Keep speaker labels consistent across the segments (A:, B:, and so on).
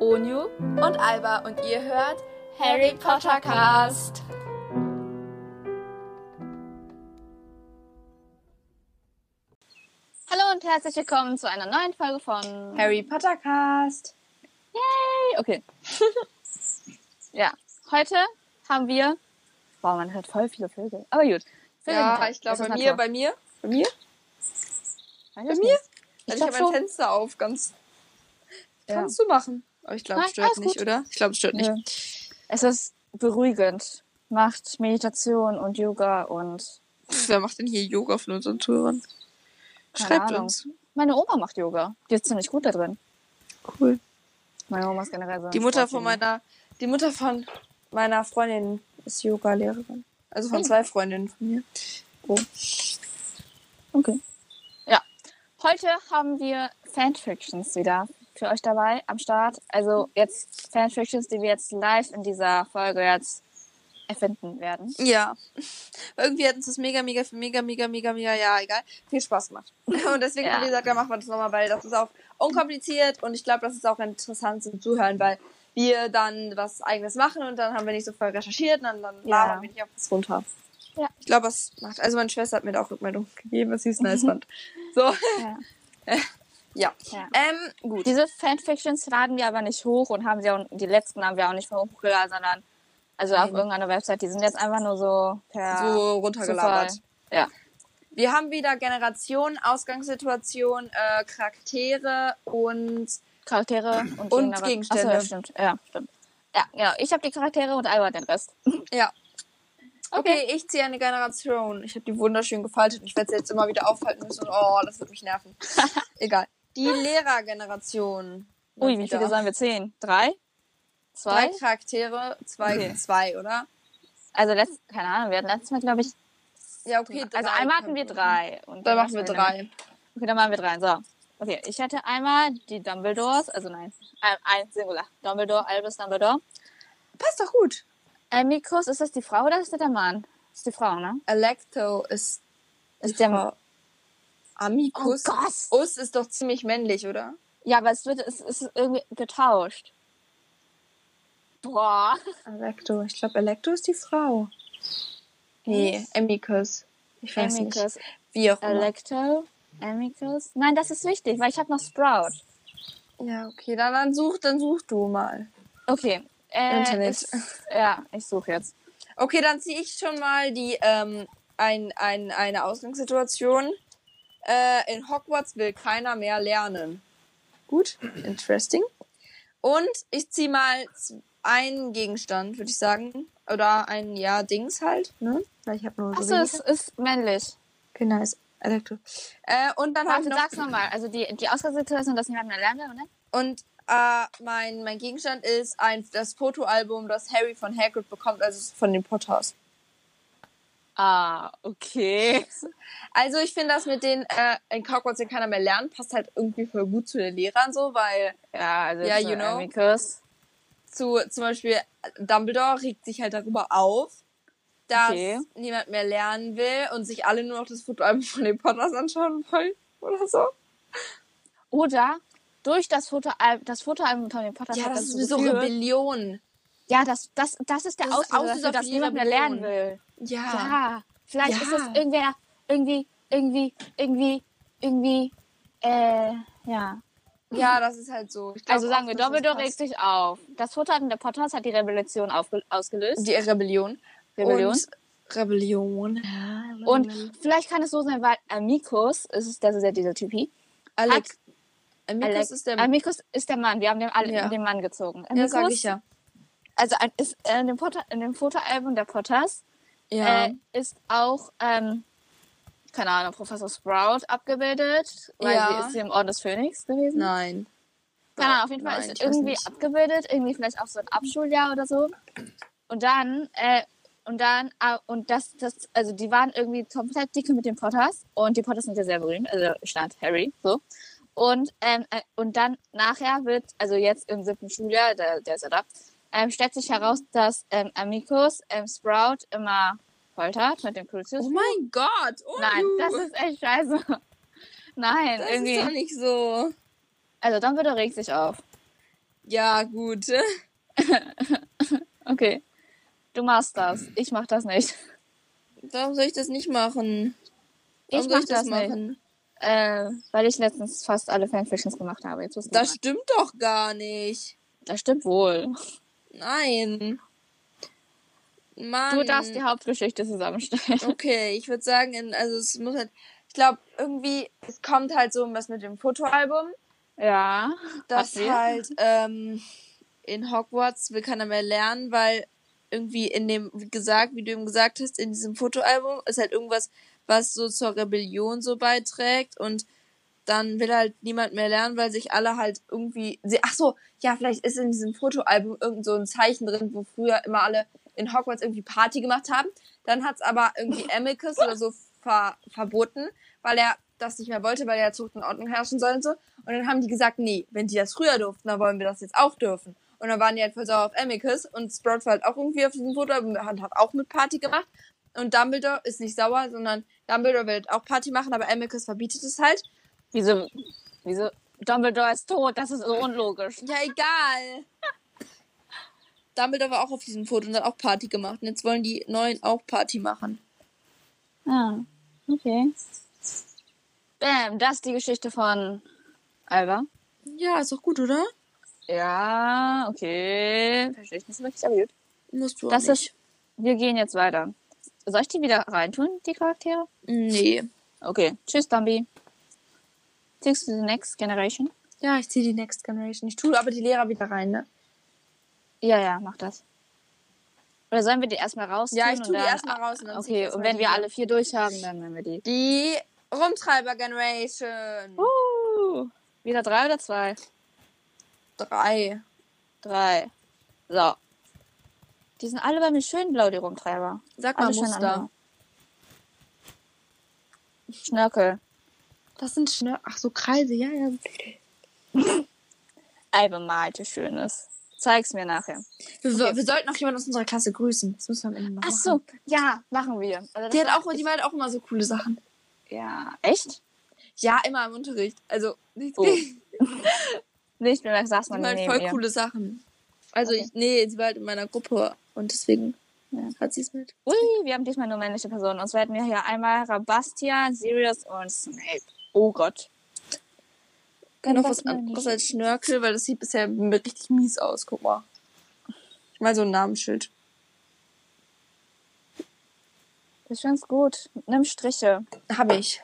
A: Onyu und Alba und ihr hört Harry Potter Cast.
B: Hallo und herzlich willkommen zu einer neuen Folge von
A: Harry Potter Cast.
B: Yay! Okay. ja, heute haben wir. Wow, man hört voll viele Vögel. Aber gut. Vögel
A: Ja, ich
B: Das
A: glaube
B: ist
A: bei mir,
B: Natur.
A: bei mir, bei mir,
B: Weiß
A: bei
B: ich
A: mir. Also
B: nicht.
A: Ich,
B: Ich
A: ich
B: glaub
A: habe mein
B: schon.
A: Fenster auf, ganz.
B: Ja.
A: Kannst du machen. Aber ich glaube,
B: Nein,
A: es stört
B: alles
A: nicht,
B: gut.
A: oder? Ich glaube, es stört nicht.
B: Nö. Es ist beruhigend. Macht Meditation und Yoga und
A: Pff, wer macht denn hier Yoga von unseren Zuhörern?
B: Keine
A: Schreibt
B: Ahnung.
A: uns.
B: meine Oma macht Yoga. Die ist ziemlich gut da drin.
A: Cool.
B: Meine Oma ist generell so. ein
A: Die Mutter von
B: Sportling.
A: meiner, die Mutter von meiner Freundin ist Yoga-Lehrerin. Also
B: Hm.
A: von zwei Freundinnen von mir.
B: Okay. Ja. Heute haben wir Fanfictions wieder für euch dabei am Start. Also jetzt Fanfictions, die wir jetzt live in dieser Folge jetzt erfinden werden.
A: Ja. Irgendwie hat uns das mega, mega, mega, mega, mega, mega, ja, egal, viel Spaß gemacht. Und deswegen
B: Ja.
A: haben wir gesagt, ja, machen wir das nochmal, weil das ist auch unkompliziert und ich glaube, das ist auch interessant zum Zuhören, weil wir dann was eigenes machen und dann haben wir nicht so voll recherchiert und dann, dann
B: Ja.
A: labern wir nicht auf das runter.
B: Ja.
A: Ich glaube, das macht, also meine Schwester hat mir da auch Rückmeldung gegeben, was sie es nice fand. So,
B: Ja.
A: ja.
B: Ja.
A: Ähm, gut.
B: Diese Fanfictions laden wir aber nicht hoch und haben sie auch, die letzten haben wir auch nicht hochgeladen, sondern also auf
A: Nein.
B: irgendeiner Website, die sind jetzt einfach nur so per
A: So runtergelabert.
B: Zufall. Ja.
A: Wir haben wieder Generationen, Ausgangssituation, äh, Charaktere und
B: Charaktere und,
A: Und
B: Genera-
A: Gegenstände.
B: Achso, ja, stimmt. Ja, stimmt. Ja, genau. Ich habe die Charaktere und Albert den Rest.
A: Ja. Okay, ich ziehe eine Generation. Ich habe die wunderschön gefaltet und ich werde sie jetzt immer wieder aufhalten müssen. Oh, das wird mich nerven. Egal. Die Lehrergeneration. Mal
B: Ui, wie
A: wieder.
B: viele sollen wir zählen? Drei?
A: Drei
B: Zwei?
A: Charaktere, zwei
B: Okay.
A: zwei, oder?
B: Also, letzt, keine Ahnung, wir hatten letztes Mal, glaube ich,
A: Ja, okay. Drei
B: also einmal hatten wir
A: Charaktere.
B: drei. ne? Und
A: Dann
B: dann
A: machen wir
B: hatten
A: drei.
B: Okay, dann machen wir drei. So. Okay, ich hatte einmal die Dumbledores, also nein, ein, ein Singular. Dumbledore, Albus Dumbledore.
A: Passt doch gut.
B: Amikus, ist das die Frau oder ist das der Mann? Ist die Frau, ne?
A: Electo ist
B: Ist der Mann.
A: Frau. Amicus.
B: Gott!
A: Us ist doch ziemlich männlich, oder?
B: Ja, aber es wird, es ist irgendwie getauscht. Boah.
A: Electo. Ich glaube, Electo ist die Frau. Nee, Amicus. Ich weiß nicht.
B: Amicus,
A: Wie auch immer.
B: Electo, Amicus. Nein, das ist wichtig, weil ich habe noch Sprout.
A: Ja, okay, dann, dann such, dann such du mal.
B: Okay. Äh,
A: Internet.
B: Ist, ja, ich suche jetzt.
A: Okay, dann ziehe ich schon mal die ähm, ein, ein, eine Ausgangssituation. Äh, in Hogwarts will keiner mehr lernen. Gut, interesting. Und ich ziehe mal z- einen Gegenstand, würde ich sagen. Oder ein, ja, Dings halt, ne? Weil ich habe nur
B: Achso,
A: so
B: es
A: wenige.
B: ist männlich.
A: Okay, nice. Elektro. Äh, und dann habe ich
B: Warte,
A: noch...
B: sag's nochmal. Also die, die Ausgangssituation, dass halt niemand mehr lernt, oder?
A: Und äh, mein, mein Gegenstand ist ein, das Fotoalbum, das Harry von Hagrid bekommt, also von den Potters.
B: Ah, okay.
A: Also ich finde das mit den äh, in Hogwarts den keiner mehr lernen, passt halt irgendwie voll gut zu den Lehrern so, weil
B: Ja, also
A: Ja,
B: so
A: you know.
B: Amicus.
A: zu zum Beispiel äh, Dumbledore regt sich halt darüber auf, dass
B: Okay.
A: niemand mehr lernen will und sich alle nur noch das Fotoalbum von den Potters anschauen wollen oder so.
B: Oder durch das Fotoalbum, das Fotoalbum von dem Potter
A: Ja,
B: hat
A: das,
B: dazu
A: ist so
B: geführt-
A: Rebellion.
B: Ja, das, das, das ist der
A: Das ist
B: Auslöser, dafür,
A: Auslöser
B: dass
A: für die
B: niemand mehr
A: Rebellion.
B: lernen will.
A: Ja.
B: Ja, vielleicht
A: Ja.
B: ist das irgendwer, irgendwie, irgendwie, irgendwie, irgendwie, äh, ja.
A: ja, das ist halt so. Ich glaub
B: Also sagen
A: auch,
B: wir,
A: dass das
B: Dumbledore regt
A: passt.
B: sich auf. Das Fotoalbum der Potters hat die Revolution aufge- ausgelöst.
A: die Rebellion.
B: Rebellion.
A: Und Rebellion.
B: Und
A: Mhm.
B: vielleicht kann es so sein, weil Amicus, ist es, das ist ja dieser Typi,
A: Alex. Amicus
B: Alex-
A: ist der.
B: Amicus ist der Mann. Wir haben den, alle,
A: Ja.
B: den Mann gezogen. Amicus,
A: ja, sag ich ja.
B: Also ein, ist, äh, in, dem Potter, in dem Fotoalbum der Potters
A: Ja.
B: äh, ist auch, ähm, keine Ahnung, Professor Sprout abgebildet, weil
A: Ja.
B: sie ist hier im Orden des Phönix gewesen.
A: Nein.
B: Keine Ahnung, auf jeden Fall
A: Nein,
B: ist
A: ich weiß
B: irgendwie
A: nicht.
B: abgebildet, irgendwie vielleicht auch so ein Abschuljahr oder so. Und dann, äh, und dann, ah, und das, das, also die waren irgendwie komplett dicke mit den Potters und die Potters sind ja sehr berühmt, also stand Harry, so. Und, ähm, äh, und dann nachher wird, also jetzt im siebten Schuljahr, der, der ist ja da, ähm, stellt sich heraus, dass ähm, Amicus ähm, Sprout immer foltert mit dem Crucius.
A: Oh mein Gott! Oh,
B: Nein,
A: du.
B: das ist echt scheiße. Nein,
A: das ist
B: irgendwie.
A: doch nicht so.
B: Also Dumbledore regt sich auf.
A: Ja, gut.
B: Okay. Du machst das. Ich mach das nicht.
A: Warum soll ich das nicht machen? Warum
B: Ich
A: soll
B: mach das nicht. Äh, weil ich letztens fast alle Fanfictions gemacht habe. Jetzt wissen wir
A: Das
B: mal.
A: stimmt doch gar nicht.
B: das stimmt wohl.
A: Nein. Mann.
B: Du darfst die Hauptgeschichte zusammenstellen.
A: Okay, ich würde sagen, in, also es muss halt. Ich glaube, irgendwie, es kommt halt so was mit dem Fotoalbum,
B: Ja.
A: dass
B: wir?
A: halt ähm, in Hogwarts will keiner mehr lernen, weil irgendwie in dem, wie gesagt, wie du eben gesagt hast, in diesem Fotoalbum ist halt irgendwas, was so zur Rebellion so beiträgt und dann will halt niemand mehr lernen, weil sich alle halt irgendwie. Sie, ach so, ja, vielleicht ist in diesem Fotoalbum irgend so ein Zeichen drin, wo früher immer alle in Hogwarts irgendwie Party gemacht haben. Dann hat's aber irgendwie Amicus oder so ver, verboten, weil er das nicht mehr wollte, weil er Zucht und Ordnung herrschen soll und so. Und dann haben die gesagt, nee, wenn die das früher durften, dann wollen wir das jetzt auch dürfen. Und dann waren die halt voll sauer auf Amicus und Sprout war halt auch irgendwie auf diesem Fotoalbum und hat halt auch mit Party gemacht. Und Dumbledore ist nicht sauer, sondern Dumbledore will auch Party machen, aber Amicus verbietet es halt.
B: Wieso, wieso? Dumbledore ist tot. Das ist so unlogisch.
A: Ja, egal. Dumbledore war auch auf diesem Foto und hat auch Party gemacht. Und jetzt wollen die Neuen auch Party machen.
B: Ah, okay. Bam, das ist die Geschichte von Alba.
A: Ja, ist doch gut, oder?
B: Ja, okay. Verstehe ich nicht so wirklich, aber gut.
A: Musst du auch
B: Das
A: nicht.
B: ist. Wir gehen jetzt weiter. Soll ich die wieder reintun, die Charaktere?
A: Nee.
B: Okay. Tschüss, Dumbi. Takes to the next generation.
A: Ja, ich ziehe die Next Generation. Ich tue aber die Lehrer wieder rein, ne?
B: Ja, ja, mach das. Oder sollen wir die erstmal raus?
A: Ja, ich
B: tun
A: tue die
B: und dann-
A: erstmal raus. Und dann zieh ich
B: Okay,
A: erst
B: und
A: mal
B: wenn
A: die
B: wir
A: hier.
B: alle vier durch haben, dann nehmen wir die.
A: Die Rumtreiber Generation.
B: Uh, wieder drei oder zwei?
A: Drei.
B: Drei. So. Die sind alle bei mir schön blau, die Rumtreiber.
A: Sag mal,
B: Alle schön
A: Muster.
B: anhören. Schnörkel.
A: Das sind Schnör. Ach so, Kreise, ja, ja.
B: Ei, bemalte Schönes. Zeig's mir nachher.
A: Wir, wir sollten auch jemanden aus unserer Klasse grüßen. Das müssen wir am Ende noch
B: Ach
A: machen.
B: so, ja, machen wir. Also
A: Die
B: das-
A: hat auch, die macht auch immer so coole Sachen.
B: ja, echt?
A: Ja, immer im Unterricht. Also, nichts
B: Oh.
A: gegen-
B: Nicht mehr, saß
A: Die
B: man
A: malt
B: neben
A: voll
B: ihr.
A: coole Sachen. Also,
B: Okay.
A: ich, nee, sie war halt in meiner Gruppe und deswegen
B: Ja.
A: hat sie es mit.
B: Ui, wir haben diesmal nur männliche Personen. Und zwar hatten wir hier einmal Rabastia, Sirius und Snape. Oh Gott.
A: Kann auch
B: Dann
A: was
B: weiß man
A: anderes
B: nicht.
A: als Schnörkel, weil das sieht bisher mi- richtig mies aus. Guck mal. Mal so ein Namensschild.
B: Das ist ganz gut. Nimm Striche.
A: Hab ich.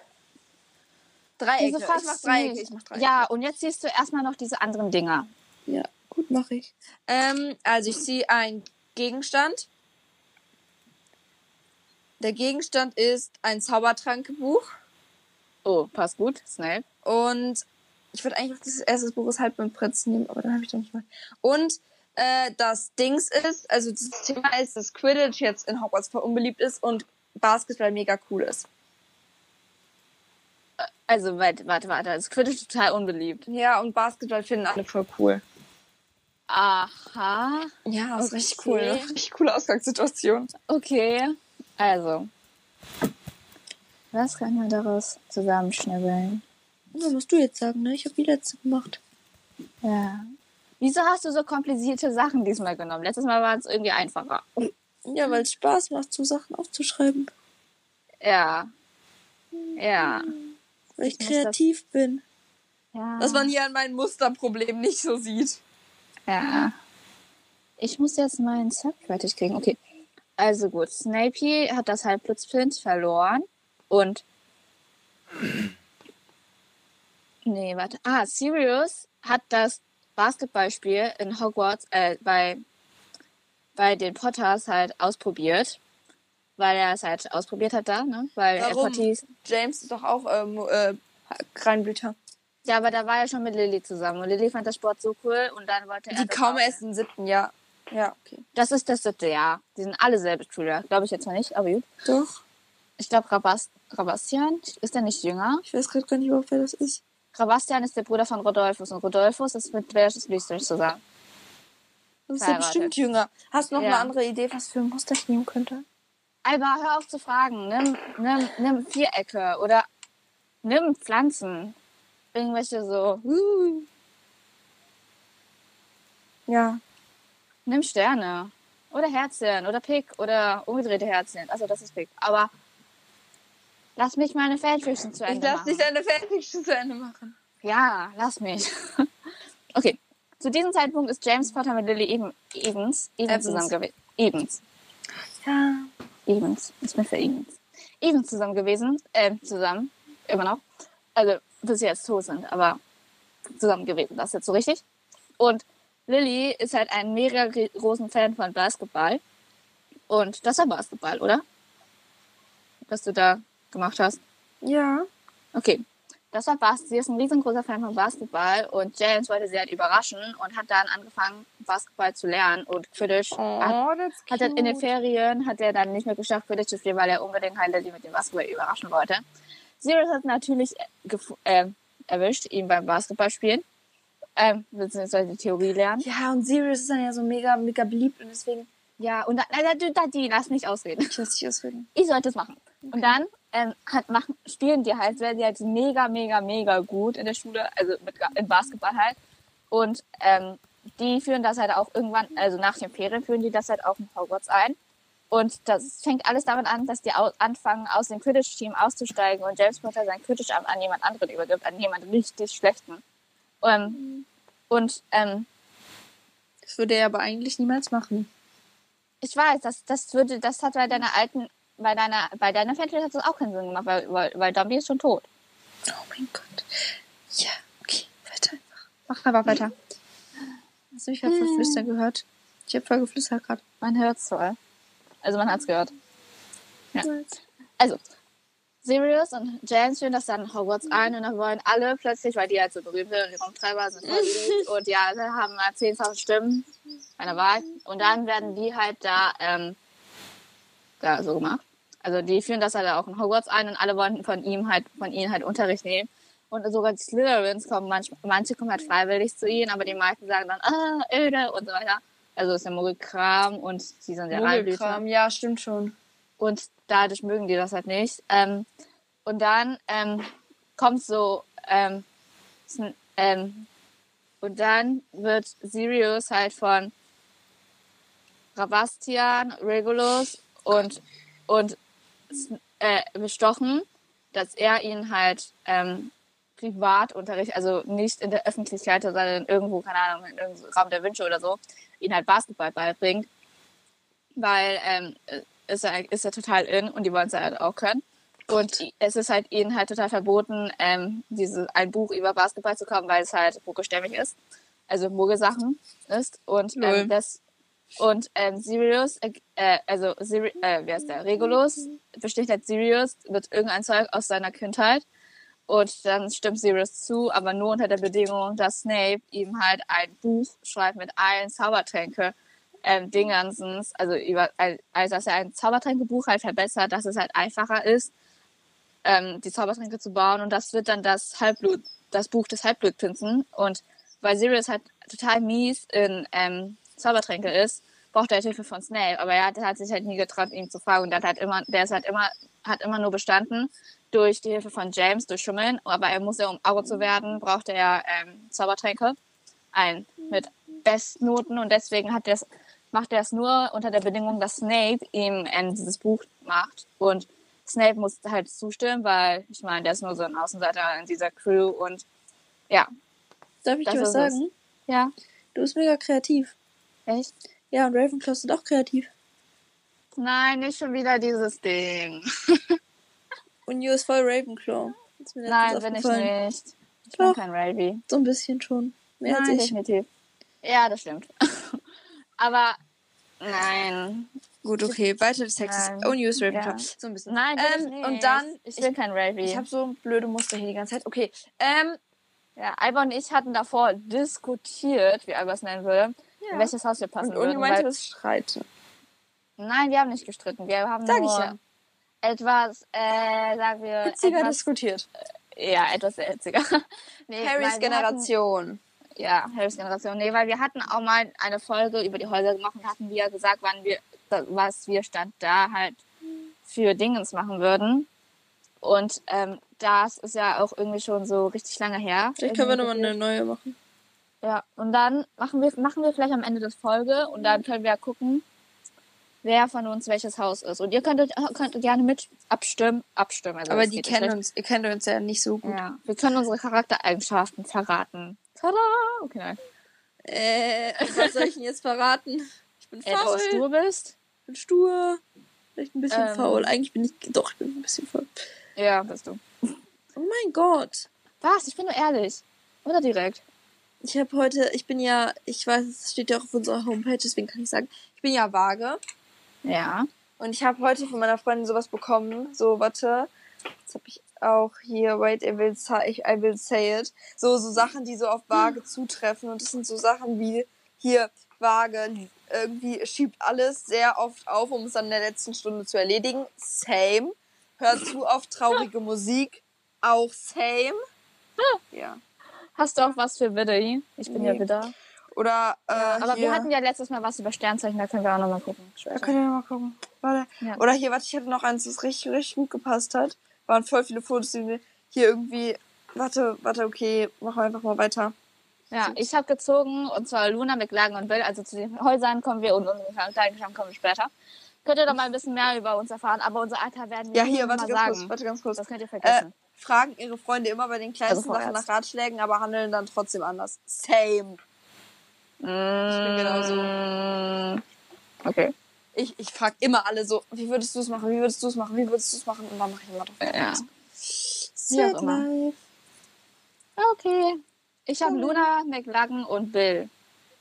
B: Wieso
A: Dreiecke. genau, Ich
B: fasst
A: mach
B: du
A: Dreiecke.
B: nicht?
A: Ich mach Dreiecke.
B: Ja, und jetzt siehst du erstmal noch diese anderen Dinger.
A: ja gut, mache ich. Ähm, also, ich ziehe einen Gegenstand. Der Gegenstand ist ein Zaubertrankebuch.
B: Oh, passt gut. Snape.
A: Und ich würde eigentlich auch das erste Buch ist halt beim Prinz nehmen, aber dann habe ich doch nicht mal. Und äh, das Dings ist, also das Thema ist, dass Quidditch jetzt in Hogwarts voll unbeliebt ist und Basketball mega cool ist.
B: Also, warte, warte, warte. Das ist kritisch total unbeliebt.
A: Ja, und Basketball finden alle voll cool.
B: Aha.
A: Ja, das ist
B: Okay.
A: richtig cool. Ne? Richtig coole Ausgangssituation.
B: Okay. Also. Was kann man daraus zusammenschnibbeln?
A: Das musst du jetzt sagen, ne? Ich habe die letzte gemacht.
B: Ja. Wieso hast du so komplizierte Sachen diesmal genommen? Letztes Mal war es irgendwie einfacher.
A: Ja, weil es Spaß macht, so Sachen aufzuschreiben,
B: Ja. Ja.
A: weil ich
B: Ich muss das-
A: kreativ bin.
B: ja.
A: Dass man hier an meinen Musterproblemen nicht so sieht.
B: Ja. Ich muss jetzt meinen Zug fertig kriegen. Okay. Also gut, Snape hat das Halbblutspind verloren und. Nee, warte. Ah, Sirius hat das Basketballspiel in Hogwarts, äh, bei, bei den Potters halt ausprobiert. Weil er es halt ausprobiert hat da, ne? Weil er
A: Warum?
B: Potties.
A: James ist doch auch ähm, äh, Reinblüter.
B: Ja, aber da war er schon mit Lilly zusammen und Lilly fand das Sport so cool und dann wollte er.
A: Die
B: das
A: kaum
B: auch.
A: erst im siebten Jahr. Ja, okay.
B: Das ist das siebte Jahr. Die sind alle selbe Schüler. Glaube ich jetzt mal nicht, aber gut.
A: Doch.
B: Ich glaube, Rabast Rabastian ist der nicht jünger.
A: Ich weiß gerade gar nicht überhaupt, wer das ist.
B: Rabastian ist der Bruder von Rodolphus und Rodolphus ist mit Bertus Lüstrich zusammen.
A: Das ist ja
B: Verheiratet.
A: bestimmt jünger. Hast du noch
B: Ja.
A: eine andere Idee, was für ein Muster ich nehmen könnte?
B: Alba, hör auf zu fragen. Nimm, nimm, nimm Vierecke oder nimm uh. Pflanzen. Irgendwelche so.
A: Ja.
B: Nimm Sterne. Oder Herzchen. Oder Pick. Oder umgedrehte Herzchen. Also das ist Pick. Aber lass mich meine Fanfiction zu Ende
A: Ich lass
B: machen.
A: dich deine Fanfiction zu Ende machen.
B: Ja, lass mich. okay. Zu diesem Zeitpunkt ist James Potter mit Lily eben, Evans,
A: Evans.
B: Evans zusammen gewesen. Evans.
A: Ja.
B: Evans. Ich bin für Evans. Evans zusammen gewesen. Äh, zusammen. Immer noch. Also, bis sie jetzt tot sind, aber zusammen gewesen. Das ist jetzt so richtig. Und Lily ist halt ein mega ri- großen Fan von Basketball. Und das war Basketball, oder? Was du da gemacht hast.
A: Ja.
B: Okay. Das war Bas. Sie ist ein riesengroßer Fan von Basketball und James wollte sie halt überraschen und hat dann angefangen, Basketball zu lernen. Und Quidditch hat,
A: Oh, that's cute.
B: hat er in den Ferien, hat er dann nicht mehr geschafft, Quidditch zu spielen, weil er unbedingt halt Lily mit dem Basketball überraschen wollte. Sirius hat natürlich äh, gef- äh, erwischt, ihn beim Basketball spielen, ähm, beziehungsweise die Theorie lernen.
A: Ja, und Sirius ist dann ja so mega, mega beliebt und deswegen.
B: Ja, und dann, äh, die, die, lass nicht ausreden.
A: Ich lass dich ausreden.
B: ich sollte es machen. Und dann ähm, halt machen, spielen die halt, werden die halt mega, mega, mega gut in der Schule, also mit, in Basketball halt. Und ähm, die führen das halt auch irgendwann, also nach den Ferien führen die das halt auch in Hogwarts ein. Und das fängt alles damit an, dass die au anfangen, aus dem Quidditch-Team auszusteigen und James Potter sein Quidditch-Amt an jemand anderen übergibt, an jemand richtig Schlechten. Ähm, und ähm,
A: Das würde er aber eigentlich niemals machen.
B: ich weiß, das, das würde, das hat bei deiner alten, bei deiner, bei deiner Fantasy hat das auch keinen Sinn gemacht, weil, weil, weil Dumbledore ist schon tot.
A: Oh mein Gott. Ja, okay, weiter einfach.
B: Mach einfach weiter.
A: Hast du mich gerade voll flüstern
B: Hm.
A: gehört? Ich habe voll geflüstert gerade.
B: Man hört's voll. Also man hat's gehört. Also, Sirius und James führen das dann in Hogwarts ein und dann wollen alle plötzlich, weil die halt so berühmte Raumtreiber sind voll beliebt und ja, alle haben mal 10.000 Stimmen bei der Wahl. Und dann werden die halt da, ähm, da so gemacht. Also die führen das halt auch in Hogwarts ein und alle wollen von ihm halt, von ihnen halt Unterricht nehmen. Und sogar die Slytherins kommen, manch, manche kommen halt freiwillig zu ihnen, aber die meisten sagen dann, ah, öde und so weiter. Also ist der Muggelkram und die sind ja Reinblüter.
A: Muggelkram, ja, stimmt schon.
B: Und dadurch mögen die das halt nicht. Ähm, und dann ähm, kommt so, ähm, Sn- ähm, und dann wird Sirius halt von Ravastian, Regulus und, und Sn- äh, bestochen, dass er ihn halt ähm, Privatunterricht, also nicht in der Öffentlichkeit, sondern irgendwo, keine Ahnung, in irgendeinem Raum der Wünsche oder so, ihn halt Basketball beibringt weil ähm, ist, er, ist er total in und die wollen es halt auch können. Und es ist halt ihnen halt total verboten, ähm, diese, ein Buch über Basketball zu kaufen, weil es halt burgestämmig ist. Also Murgelsachen ist. Und
A: Lol.
B: ähm, das und ähm, Sirius, äh, äh, also Siri, äh, wer ist der? Regulus besticht halt Sirius mit irgendein Zeug aus seiner Kindheit. Und dann stimmt Sirius zu, aber nur unter der Bedingung, dass Snape ihm halt ein Buch schreibt mit allen Zaubertränke, ähm, Dingersens, also über, also dass er ein Zaubertränkebuch halt verbessert, dass es halt einfacher ist, ähm, die Zaubertränke zu bauen. Und das wird dann das Halbblut, das Buch des Halbblutprinzen. Und weil Sirius halt total mies in ähm, Zaubertränke ist, braucht er halt Hilfe von Snape. Aber er hat, er hat sich halt nie getraut, ihn zu fragen. Und der hat halt immer, der ist halt immer, hat immer nur bestanden durch die Hilfe von James, durch Schummeln. Aber er muss ja, um Auge zu werden, braucht er ähm, Zaubertränke. Ein mit Bestnoten. Und deswegen hat der's, macht er es nur unter der Bedingung, dass Snape ihm ähm, dieses Buch macht. Und Snape muss halt zustimmen, weil ich meine, der ist nur so ein Außenseiter in dieser Crew. Und ja,
A: Darf ich
B: Das
A: dir was
B: ist es.
A: sagen?
B: ja,
A: Du bist mega kreativ.
B: echt.
A: Ja, und Ravenclaw sind auch kreativ.
B: Nein, nicht schon wieder dieses Ding.
A: Und you ist voll Ravenclaw. Das ist mir
B: Nein,
A: letztens
B: bin ich
A: aufgefallen.
B: nicht. Ich bin
A: Doch.
B: kein Ravy.
A: So ein bisschen schon. Mehr
B: Nein,
A: als ich.
B: definitiv. Ja, das stimmt. Aber nein.
A: Gut, okay, weiter des Textes.
B: Nein.
A: Und you ist Ravenclaw.
B: Ja.
A: So ein bisschen.
B: Nein, bin
A: Ähm,
B: ich nicht.
A: und dann-
B: Ich bin kein Ravy.
A: Ich habe so blöde Muster hier die ganze Zeit. Okay, ähm,
B: ja, Alba und ich hatten davor diskutiert, wie Alba es nennen würde,
A: Ja.
B: in welches Haus wir passen
A: und Uni
B: würden.
A: meinte,
B: Weil, äh,
A: das Streite.
B: nein, wir haben nicht gestritten. Wir haben
A: Sag ich
B: nur
A: ja.
B: etwas, äh, sagen wir,
A: Witziger
B: etwas,
A: diskutiert.
B: ja, etwas sehr hitziger. Nee,
A: Harrys
B: weil wir hatten-
A: Generation.
B: Ja, Harrys Generation. Nee, weil wir hatten auch mal eine Folge über die Häuser gemacht und hatten wir gesagt, wann wir, was wir stand da halt für Dingens machen würden. Und ähm, das ist ja auch irgendwie schon so richtig lange her.
A: Vielleicht können wir nochmal eine neue machen.
B: Ja, und dann machen wir, machen wir vielleicht am Ende das Folge und dann können wir ja gucken, wer von uns welches Haus ist. Und ihr könntet, könnt gerne mit abstimmen. abstimmen. Also
A: Aber
B: das
A: die
B: geht nicht
A: kennen uns, ihr kennt uns ja nicht so gut.
B: schlecht. Ja, wir können unsere Charaktereigenschaften verraten. Tada! Okay, nein.
A: Äh, was soll ich denn jetzt verraten? Ich bin
B: Äh, dass du
A: faul.
B: stur bist.
A: Ich bin stur. Vielleicht ein bisschen
B: Ähm.
A: faul. Eigentlich bin ich, doch, ich bin ein bisschen faul.
B: Ja, bist du.
A: Oh mein Gott.
B: Was? Ich bin nur ehrlich. Oder direkt.
A: Ich habe heute, ich bin ja, ich weiß, es steht ja auch auf unserer Homepage, deswegen kann ich sagen, ich bin ja vage.
B: Ja.
A: Und ich habe heute von meiner Freundin sowas bekommen. So, warte. Jetzt habe ich auch hier, wait, I will, say, I will say it. So, so Sachen, die so auf vage zutreffen. Und das sind so Sachen wie hier, vage, irgendwie schiebt alles sehr oft auf, um es dann in der letzten Stunde zu erledigen. Same. Hört zu auf traurige Musik. Auch same.
B: Ah.
A: Ja.
B: Hast du auch was für Widder? Ich bin ja
A: Nee.
B: Widder.
A: Oder, äh,
B: Aber
A: hier.
B: wir hatten ja letztes Mal was über Sternzeichen, da können wir auch nochmal gucken.
A: Da könnt ihr mal gucken. Warte.
B: Ja.
A: Oder hier, warte, ich hatte noch eins, das richtig, richtig gut gepasst hat. Waren voll viele Fotos, die mir hier irgendwie. Warte, warte, okay, machen wir einfach mal weiter.
B: Ja, ich habe gezogen und zwar Luna, McLagan und Will. Also zu den Häusern kommen wir und um unseren Charaktereigenschaften kommen wir später. Könnt ihr doch mal ein bisschen mehr über uns erfahren, aber unser Alter werden wir
A: Ja, hier,
B: nicht
A: warte
B: mal
A: ganz
B: sagen.
A: kurz, warte ganz kurz.
B: Das könnt ihr vergessen.
A: Fragen ihre Freunde immer bei den
B: Also
A: kleinsten
B: vorerst.
A: Sachen nach Ratschlägen, aber handeln dann trotzdem anders. Same. Äh, bin
B: genauso. Mm, Okay.
A: Ich, ich frage immer alle so, wie würdest du es machen, wie würdest du es machen, wie würdest du es machen? Und dann mache ich immer drauf.
B: Ja.
A: Sad
B: auch immer.
A: life.
B: Okay. Ich habe Luna, McLagan und Will.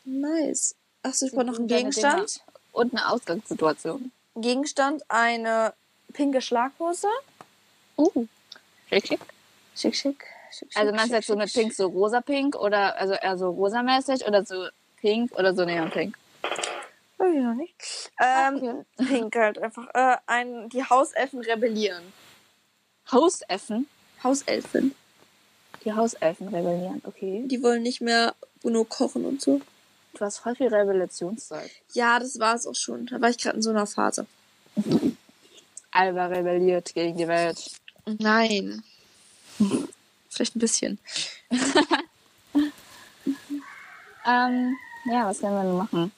A: Nice. Achso, ich
B: Sie
A: brauche noch
B: tun
A: einen
B: deine
A: Gegenstand.
B: Und eine Ausgangssituation.
A: Gegenstand, eine pinke Schlaghose.
B: Uh. Richtig.
A: Schick, schick. schick
B: Also
A: schick,
B: meinst du
A: schick,
B: jetzt so mit
A: schick,
B: Pink so rosa-pink oder also eher so rosamäßig oder so pink oder so neon-pink?
A: Weiß ich noch Oh nicht. Ähm, Pink halt einfach. Äh, ein, die Hauselfen rebellieren.
B: Hauselfen?
A: Hauselfen.
B: Die Hauselfen rebellieren, okay.
A: Die wollen nicht mehr nur kochen und so.
B: Du hast voll viel Rebellionszeit.
A: Ja, das war es auch schon. Da war ich gerade in so einer Phase.
B: Alba rebelliert gegen die Welt.
A: Nein. Vielleicht ein bisschen.
B: Ähm, ja, was können wir denn machen?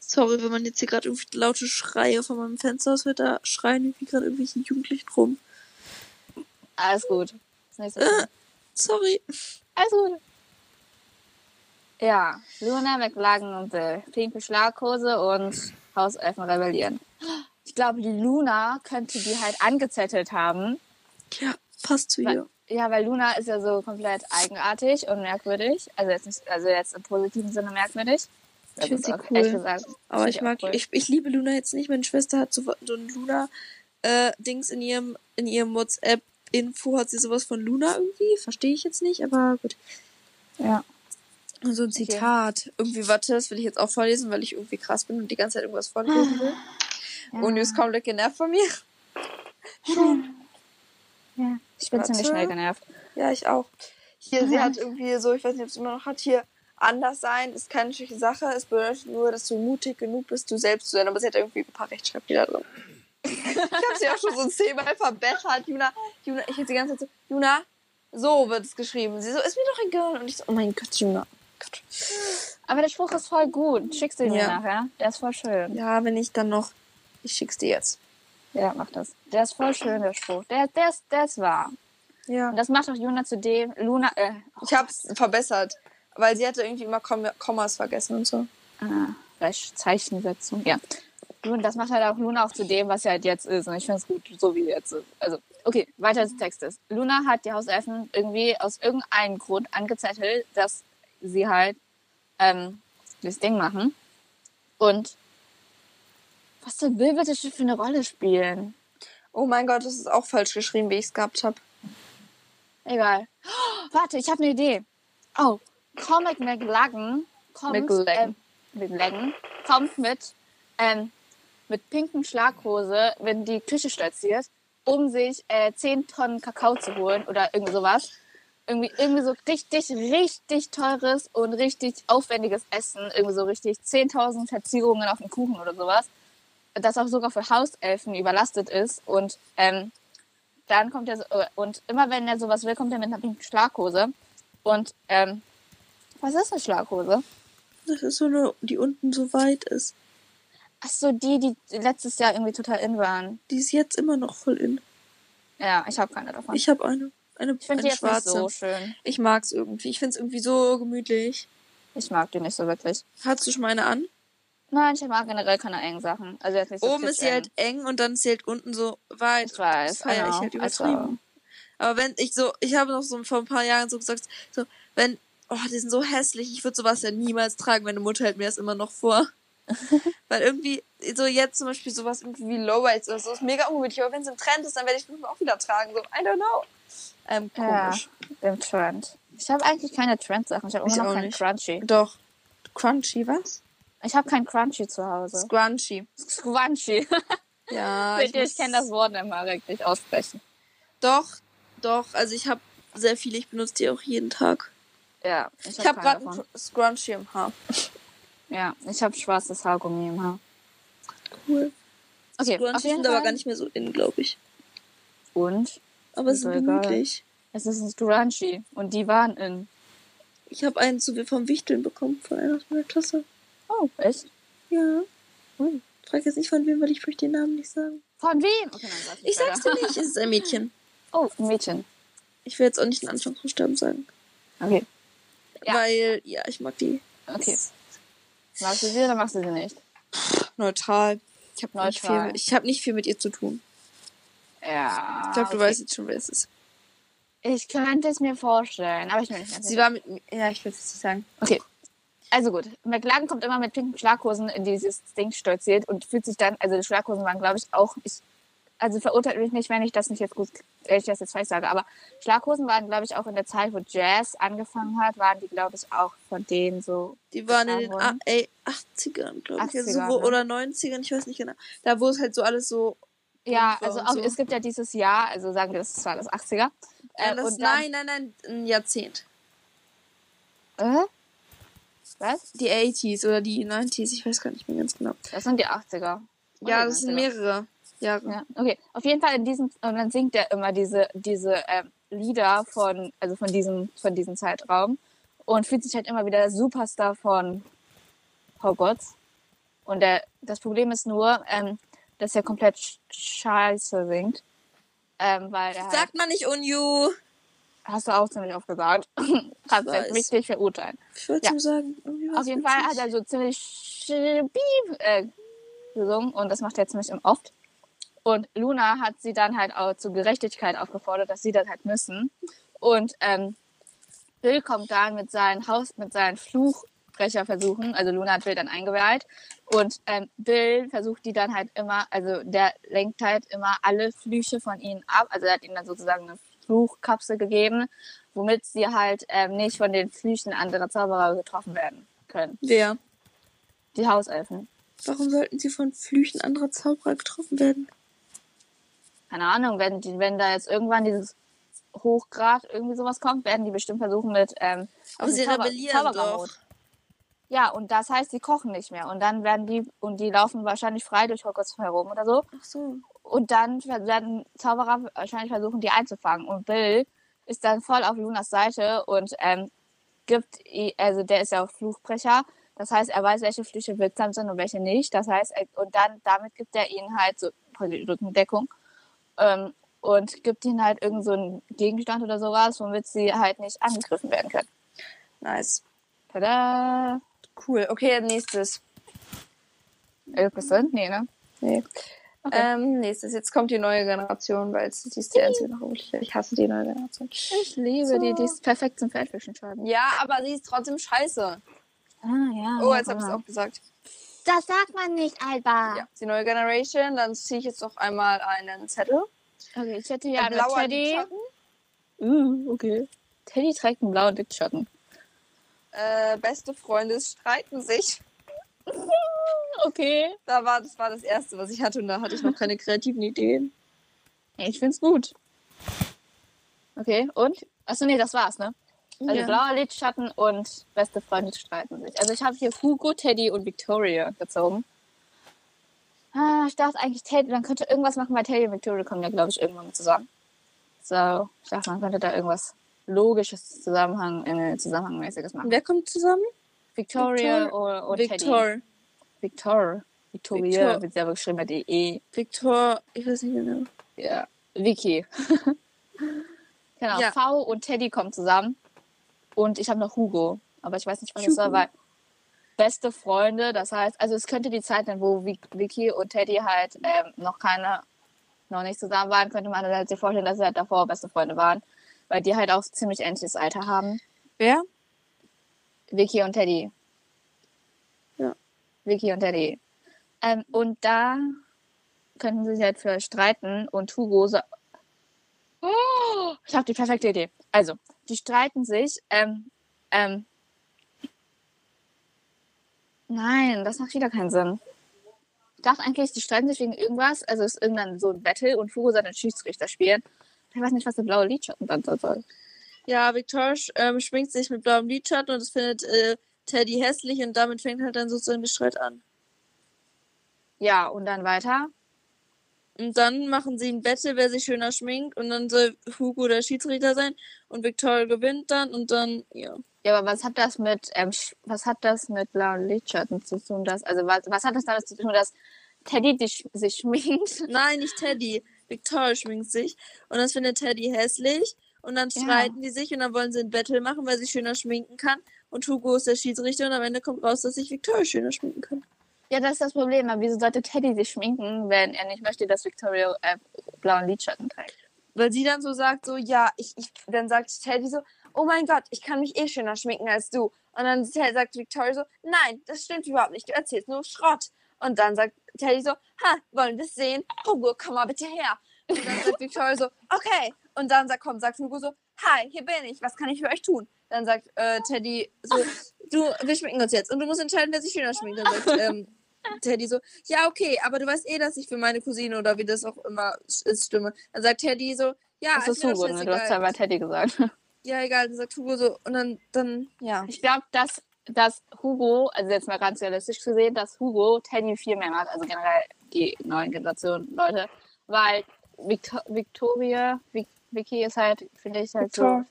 A: Sorry, wenn man jetzt hier gerade irgendwie laute Schreie von meinem Fenster aus hört. Da schreien irgendwie gerade irgendwelche Jugendlichen rum.
B: Alles gut. Das nächste Mal.
A: Sorry.
B: Alles gut. Ja, Luna, McLagan und Bill. Pinke Schlaghose und Hauselfen rebellieren. Ich glaube, die Luna könnte die halt angezettelt haben.
A: Ja, passt zu ihr.
B: Ja, weil Luna ist ja so komplett eigenartig und merkwürdig. Also jetzt nicht, also jetzt im positiven Sinne merkwürdig.
A: Ich find sie
B: auch
A: cool.
B: ehrlich gesagt.
A: Aber
B: find
A: ich
B: auch
A: mag,
B: cool.
A: ich, ich liebe Luna jetzt nicht. Meine Schwester hat so, so ein Luna-Dings in ihrem, in ihrem WhatsApp-Info hat sie sowas von Luna irgendwie. Verstehe ich jetzt nicht, aber gut.
B: Ja.
A: Und so ein Zitat. Irgendwie, warte, das will ich jetzt auch vorlesen, weil ich irgendwie krass bin und die ganze Zeit irgendwas vorlesen will. Und jetzt kommt lecker genervt von mir.
B: Ja. Ich bin
A: Warte.
B: ziemlich schnell genervt.
A: Ja, ich auch. Hier, sie
B: Ja.
A: hat irgendwie so, ich weiß nicht, ob sie immer noch hat, hier, anders sein ist keine schlechte Sache. Es bedeutet nur, dass du mutig genug bist, du selbst zu sein. Aber sie hat irgendwie ein paar Rechtschreibfehler drin. ich habe sie auch schon so zehnmal verbessert. Juna, Juna, ich hätte die ganze Zeit so, Juna, so wird es geschrieben. Sie so, ist mir doch egal. Und ich so, oh mein Gott, Juna. Gott.
B: Aber der Spruch ist voll gut. Schickst du ihn mir
A: Ja.
B: nachher? Der ist voll schön.
A: Ja, wenn ich dann noch, ich schick's dir jetzt.
B: Ja, mach das. Der ist voll schön, der Spruch. Der, der, ist, der ist wahr.
A: Ja.
B: Und das macht auch Luna zu dem. Luna, äh. oh,
A: Ich hab's verbessert, weil sie hatte irgendwie immer Komm Kommas vergessen und so.
B: Ah, vielleicht Zeichensetzung, ja. Nun, das macht halt auch Luna auch zu dem, was sie halt jetzt ist. Und ich finde es gut, so wie sie jetzt ist. Also, okay, weiter des Textes. Luna hat die Hauselfen irgendwie aus irgendeinem Grund angezettelt, dass sie halt ähm, das Ding machen. Und was soll Bill bitte schon für eine Rolle spielen?
A: Oh mein Gott, das ist auch falsch geschrieben, wie ich's gehabt habe.
B: Egal. Oh, warte, ich habe eine Idee. Oh, Comic McLaggen kommt,
A: McLaggen.
B: ähm, McLaggen kommt mit, ähm, mit pinken Schlaghose in die Küche stolziert, um sich äh, 10 Tonnen Kakao zu holen oder irgendwie sowas. Irgendwie, irgendwie so richtig, richtig teures und richtig aufwendiges Essen. Irgendwie so richtig 10.000 Verzierungen auf dem Kuchen oder sowas. Das auch sogar für Hauselfen überlastet ist. Und ähm, dann kommt äh, er so, und immer wenn er sowas will, kommt er mit einer pinken Schlaghose. Und ähm, Was ist eine Schlaghose?
A: Das ist so eine, die unten so weit ist.
B: Ach so, die, die letztes Jahr irgendwie total in waren.
A: Die ist jetzt immer noch voll in.
B: Ja, ich habe keine davon. Ich,
A: Ich habe eine, eine,
B: finde die
A: eine
B: jetzt nicht
A: schwarze.
B: so schön.
A: Ich mag's irgendwie. Ich find's irgendwie so gemütlich.
B: Ich mag die nicht so wirklich.
A: Hast du schon mal eine an?
B: Nein, ich mag generell keine engen Sachen. Also jetzt nicht so
A: Oben ist sie
B: pitch-eng.
A: halt eng und dann ist sie halt unten so weit.
B: Ich weiß,
A: Das feier ich
B: genau.
A: halt übertrieben. Aber wenn ich so, ich habe noch so vor ein paar Jahren so gesagt, so, wenn, oh, die sind so hässlich, ich würde sowas ja niemals tragen, meine Mutter hält mir das immer noch vor. Weil irgendwie, so jetzt zum Beispiel sowas irgendwie wie Lowlights oder so, ist mega ungemütlich, aber wenn es im Trend ist, dann werde ich es bestimmt auch wieder tragen, so, I don't know. Ähm,
B: Ja.
A: komisch.
B: Also, dem Trend. Ich habe eigentlich keine Trend-Sachen. Ich habe
A: Ich
B: immer noch
A: auch
B: keinen
A: nicht.
B: Crunchy.
A: Doch. Crunchy, was?
B: Ich habe keinen Crunchy zu Hause.
A: Scrunchy.
B: Squanchy.
A: Ja.
B: Bitte, ich
A: Ah, muss-
B: kann das Wort immer richtig aussprechen.
A: Doch, doch, also ich habe sehr viele, ich benutze die auch jeden Tag.
B: Ja, ich
A: Ich habe
B: habe
A: gerade
B: hab
A: einen
B: gerade.
A: Cr- Scrunchy im Haar.
B: Ja, ich habe schwarzes Haargummi im Haar.
A: Cool.
B: Okay, auf
A: Scrunchy
B: jeden
A: sind aber
B: Fall.
A: gar nicht mehr so in, glaube ich.
B: Und
A: Aber es
B: Ist
A: ist
B: doch egal.
A: gemütlich.
B: es ist ein Scrunchy. Und die waren in.
A: Ich habe einen zu vom Wichteln bekommen, von einer aus meiner Klasse.
B: Oh, echt?
A: Ja.
B: Ui.
A: Frag jetzt nicht von wem, weil ich möchte den Namen nicht sagen.
B: Von wem? Okay, nein, sag ich
A: Ich
B: nicht
A: sag's
B: weiter.
A: dir nicht, es ist ein Mädchen.
B: Oh, ein Mädchen.
A: Ich will jetzt auch nicht den Anfangsbuchstaben sagen.
B: Okay. Ja.
A: Weil, ja, ich mag die.
B: Okay. Magst du sie oder magst du sie nicht?
A: Neutral. Ich habe nicht,
B: Neutral.
A: viel- ich hab nicht viel mit ihr zu tun.
B: Ja.
A: Ich glaube, du
B: okay.
A: weißt jetzt schon, wer es ist.
B: Ich könnte es mir vorstellen, aber ich bin nicht ganz
A: Sie
B: sicher.
A: war mit mir. Ja, ich will es nicht sagen.
B: Okay. Also gut, McLaren kommt immer mit pinken Schlaghosen in dieses Ding stolziert und fühlt sich dann, also die Schlaghosen waren, glaube ich, auch, ich, also verurteilt mich nicht, wenn ich das nicht jetzt gut, wenn ich das jetzt falsch sage, aber Schlaghosen waren, glaube ich, auch in der Zeit, wo Jazz angefangen hat, waren die, glaube ich, auch von denen so,
A: Die waren in den
B: Frauen.
A: A- ey, 80ern, glaube ich. Also
B: 80ern,
A: wo,
B: ne?
A: Oder 90ern, ich weiß nicht genau. Da, wo es halt so alles so.
B: ja,
A: Pink war
B: also
A: und
B: auch,
A: so.
B: es gibt ja dieses Jahr, also sagen wir, das war das 80er. Äh,
A: das,
B: und dann,
A: nein, nein, nein, ein Jahrzehnt.
B: nein. Äh? Was?
A: Die 80s oder die 90s, ich weiß gar nicht mehr ganz genau.
B: Das sind die 80er. Und
A: ja,
B: die
A: das sind
B: 90er.
A: mehrere Jahre.
B: Ja, okay. Auf jeden Fall in diesem und dann singt er immer diese diese ähm, Lieder von also von diesem von diesem Zeitraum und fühlt sich halt immer wieder Superstar von Hogwarts. Und der, das Problem ist nur, ähm, dass er komplett sch scheiße singt, ähm, weil er halt,
A: Sagt man nicht Unju.
B: hast du auch ziemlich oft gesagt, kannst
A: weiß.
B: jetzt mich nicht verurteilen.
A: Ich wollte
B: Ja.
A: nur sagen. irgendwie war's
B: Auf jeden Fall hat
A: witzig.
B: er so ziemlich sch- piep, äh, gesungen und das macht er ziemlich oft. Und Luna hat sie dann halt auch zur Gerechtigkeit aufgefordert, dass sie das halt müssen. Und ähm, Bill kommt dann mit seinen Haus, mit seinen Fluchbrecherversuchen, also Luna hat Bill dann eingeweiht und ähm, Bill versucht die dann halt immer, also der lenkt halt immer alle Flüche von ihnen ab, also er hat ihnen dann sozusagen eine Fluchkapsel gegeben, womit sie halt ähm, nicht von den Flüchen anderer Zauberer getroffen werden können.
A: Wer?
B: Die Hauselfen.
A: Warum sollten sie von Flüchen anderer Zauberer getroffen werden?
B: Keine Ahnung, wenn, die, wenn da jetzt irgendwann dieses Hochgrad irgendwie sowas kommt, werden die bestimmt versuchen mit ähm,
A: Aber Oh, sie
B: Zauber-
A: rebellieren
B: Zauberermod.
A: doch.
B: Ja, und das heißt, sie kochen nicht mehr. Und dann werden die, und die laufen wahrscheinlich frei durch Hogwarts herum oder so.
A: Ach so.
B: Und dann werden Zauberer wahrscheinlich versuchen, die einzufangen. Und Bill ist dann voll auf Lunas Seite und ähm, gibt, i- also der ist ja auch Fluchbrecher. Das heißt, er weiß, welche Flüche wirksam sind und welche nicht. Das heißt, er, und dann damit gibt er ihnen halt so die Rückendeckung ähm, und gibt ihnen halt irgend so einen Gegenstand oder sowas, womit sie halt nicht angegriffen werden können.
A: Nice.
B: Tada!
A: Cool. Okay, nächstes.
B: Irgendwas sind? Nee, ne?
A: Nee.
B: Okay.
A: Ähm, nächstes. Jetzt kommt die neue Generation, weil es die ist die einzige noch übliche. Ich hasse die neue Generation.
B: Ich liebe
A: So.
B: die, die ist perfekt zum Feldfischen schreiben.
A: Ja, aber sie ist trotzdem scheiße.
B: Ah, ja.
A: Oh, jetzt hab ich's auch gesagt.
B: Das sagt man nicht, Alba.
A: Ja, die neue Generation. Dann ziehe ich jetzt noch einmal einen Zettel.
B: Okay, ich hätte ja
A: Ein
B: mit
A: blauer
B: Teddy.
A: Lidschatten.
B: Uh, okay. Teddy trägt einen blauen Lidschatten.
A: Äh, beste Freunde streiten sich.
B: Okay.
A: Da war, das war das Erste, was ich hatte und da hatte ich noch keine kreativen Ideen.
B: Ich find's gut. Okay, und? Achso, nee, das war's, ne? Also blauer Lidschatten und beste Freunde streiten sich. Also ich habe hier Hugo, Teddy und Victoria gezogen. Ah, ich dachte eigentlich Teddy, dann könnte irgendwas machen, weil Teddy und Victoria kommen ja, glaube ich, irgendwann mal zusammen. So, ich dachte, man könnte da irgendwas logisches Zusammenhang, äh, zusammenhangmäßiges machen.
A: Wer kommt zusammen?
B: Victoria
A: Victor-
B: oder, oder Oh, Teddy.
A: Victor.
B: Victor. Victoria
A: Victor.
B: wird selber geschrieben E mit EE.
A: Victor, ich weiß nicht genau.
B: Ja. Vicky. genau.
A: Ja.
B: V und Teddy kommen zusammen. Und ich habe noch Hugo. Aber ich weiß nicht, was
A: Hugo.
B: das war, weil beste Freunde, das heißt, also es könnte die Zeit sein, wo Vi- Vicky und Teddy halt ähm, noch keine, noch nicht zusammen waren, könnte man halt sich vorstellen, dass sie halt davor beste Freunde waren. Weil die halt auch ziemlich ähnliches Alter haben.
A: Wer?
B: Vicky und Teddy.
A: Ja.
B: Vicky und Teddy. Ähm, und da könnten sie sich halt für streiten und Hugo so. Oh, ich habe die perfekte Idee. Also, die streiten sich. Ähm, ähm, nein, das macht wieder keinen Sinn. Ich dachte eigentlich, die streiten sich wegen irgendwas. Also es ist irgendwann so ein Battle und Hugo soll den Schiedsrichter spielen. Ich weiß nicht, was der blaue Lidschatten dann da soll.
A: Ja, Victor ähm, schminkt sich mit blauem Lidschatten und das findet äh, Teddy hässlich und damit fängt halt dann sozusagen der Streit an.
B: Ja, und dann weiter.
A: Und dann machen sie ein Battle, wer sich schöner schminkt und dann soll Hugo der Schiedsrichter sein und Victoria gewinnt dann und dann, ja.
B: Ja, aber was hat das mit, ähm, Sch- was hat das mit blauen Lidschatten zu tun? Dass, also was, was hat das damit zu tun, dass Teddy dich, sich schminkt?
A: Nein, nicht Teddy. Victoria schminkt sich und das findet Teddy hässlich und dann
B: Ja.
A: streiten die sich und dann wollen sie ein Battle machen, wer sich schöner schminken kann und Hugo ist der Schiedsrichter und am Ende kommt raus, dass sich Victoria schöner schminken kann.
B: Ja, das ist das Problem. Aber wieso sollte Teddy sich schminken, wenn er nicht möchte, dass Victoria äh, blauen Lidschatten trägt?
A: weil sie dann so sagt, so, ja, ich, ich, dann sagt Teddy so, oh mein Gott, ich kann mich eh schöner schminken als du. Und dann Ted- sagt Victoria so, nein, das stimmt überhaupt nicht, du erzählst nur Schrott. Und dann sagt Teddy so, ha, wollen wir es sehen? Hugo, komm mal bitte her. Und dann sagt Victoria so, okay. Und dann sagt, komm, sagt Hugo so, hi, hier bin ich, was kann ich für euch tun? Dann sagt äh, Teddy so, du, wir schminken uns jetzt und du musst entscheiden, wer sich schöner schminkt. Dann sagt ähm, Teddy so, ja, okay, aber du weißt eh, dass ich für meine Cousine oder wie das auch immer ist, stimme. Dann sagt Teddy so, ja,
B: das ist
A: mir doch
B: Hugo, ne? Du hast
A: scheißegal.
B: zweimal Teddy gesagt.
A: Ja, egal, dann sagt Hugo so, und dann, dann, ja.
B: Ich glaube, dass, dass Hugo, also jetzt mal ganz realistisch gesehen, dass Hugo Teddy viel mehr macht, also generell die neuen Generationen Leute, weil Victor Victoria, Vic Vicky ist halt, finde ich halt so,
A: Victor.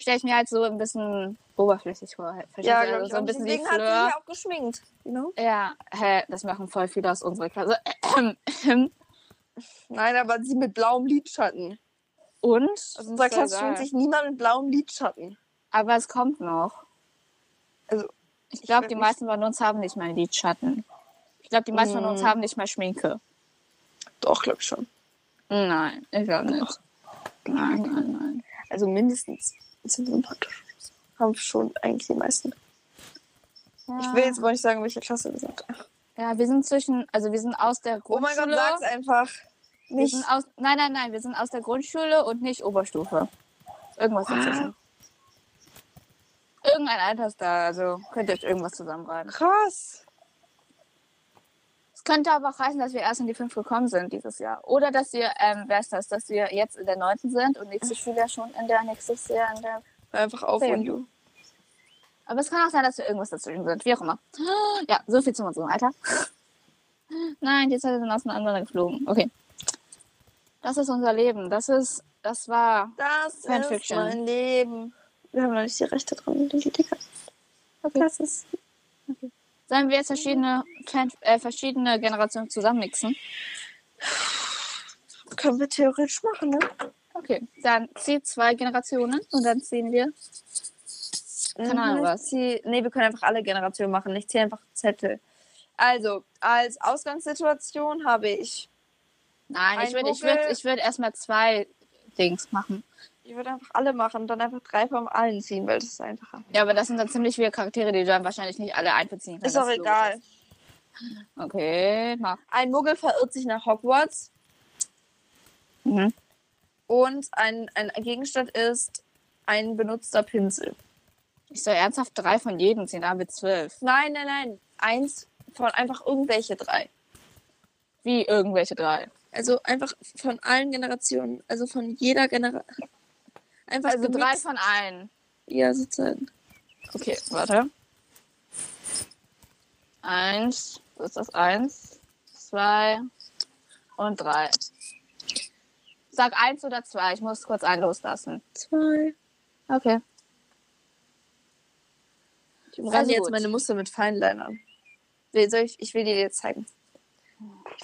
B: stelle ich mir halt so ein bisschen oberflächlich vor. halt. Verstehst du? also so ein bisschen wie
A: Deswegen hat sie
B: Fleur.
A: sich auch geschminkt. You know?
B: Ja, hä, das machen voll viele aus unserer Klasse.
A: Nein, aber sie mit blauem Lidschatten. Also
B: Und?
A: Aus unserer Klasse schminkt sich niemand mit blauem Lidschatten.
B: Aber es kommt noch.
A: Also,
B: ich glaube,
A: ich
B: die
A: weiß
B: meisten von uns haben nicht mal Lidschatten. Ich glaube, die meisten von uns
A: Mm.
B: haben nicht mal Schminke.
A: Doch, glaube ich schon.
B: Nein, ich glaube nicht. Nein, nein, nein.
A: Also mindestens. Das sind sympathisch. Haben schon eigentlich die meisten.
B: Ja.
A: Ich will jetzt aber nicht sagen, welche Klasse wir sind.
B: Ja, wir sind zwischen, also wir sind aus der Grundschule.
A: Oh mein Gott, sag's einfach.
B: wir
A: Nicht.
B: sind aus, nein, nein, nein, wir sind aus der Grundschule und nicht Oberstufe. Irgendwas
A: Ah.
B: dazwischen. Irgendein Alter ist da, also könnt ihr euch irgendwas zusammenreiben.
A: Krass.
B: Es könnte aber auch heißen, dass wir erst in die 5 gekommen sind dieses Jahr. Oder dass wir, ähm, wer ist das, dass wir jetzt in der 9. sind und nächstes Schuljahr schon in der, nächstes Jahr in der.
A: Einfach auf
B: Same.
A: und you.
B: Aber es kann auch sein, dass wir irgendwas dazwischen sind, wie auch immer. Ja, so viel zu unserem Alter. Nein, die Zeit sind auseinander geflogen. Okay. Das ist unser Leben. Das ist, das war.
A: Das
B: Fanfiction.
A: ist mein Leben. Wir haben noch nicht die Rechte dran, die Dicker.
B: Okay.
A: Das ist.
B: Sollen wir jetzt verschiedene, Fan- äh, verschiedene Generationen zusammenmixen?
A: Können wir theoretisch machen, ne?
B: Okay. Dann zieht zwei Generationen und dann ziehen wir. Keine Ahnung, was.
A: Zieh, Mhm. nee, wir können einfach alle Generationen machen. Ich ziehe einfach Zettel. Also, als Ausgangssituation habe ich.
B: Nein, ich
A: Ein
B: würde ich
A: Vogel.
B: würd, ich würd erstmal zwei Dings machen.
A: Ich würde einfach alle machen, dann einfach drei vom allen ziehen, weil das ist einfacher.
B: Ja, aber das sind dann ziemlich viele Charaktere, die du dann wahrscheinlich nicht alle einbeziehen kannst.
A: Ist auch
B: das logisch
A: egal.
B: ist. Okay, mach.
A: Ein Muggel verirrt sich nach Hogwarts
B: Mhm.
A: und ein, ein Gegenstand ist ein benutzter Pinsel.
B: Ich soll ernsthaft drei von jedem ziehen, da haben wir zwölf.
A: Nein, nein, nein. Eins von einfach irgendwelche drei.
B: Wie irgendwelche drei.
A: Also einfach von allen Generationen. Also von jeder Generation. Einfach
B: Also drei
A: gemixt.
B: von allen.
A: Ja, sozusagen.
B: Okay, warte. Eins, das ist das eins, zwei und drei. Sag eins oder zwei, ich muss kurz einen loslassen.
A: Zwei,
B: Okay.
A: Ich umrande
B: Also
A: jetzt
B: gut.
A: meine Muster mit Feinlinern. Will, soll ich, ich will dir jetzt zeigen.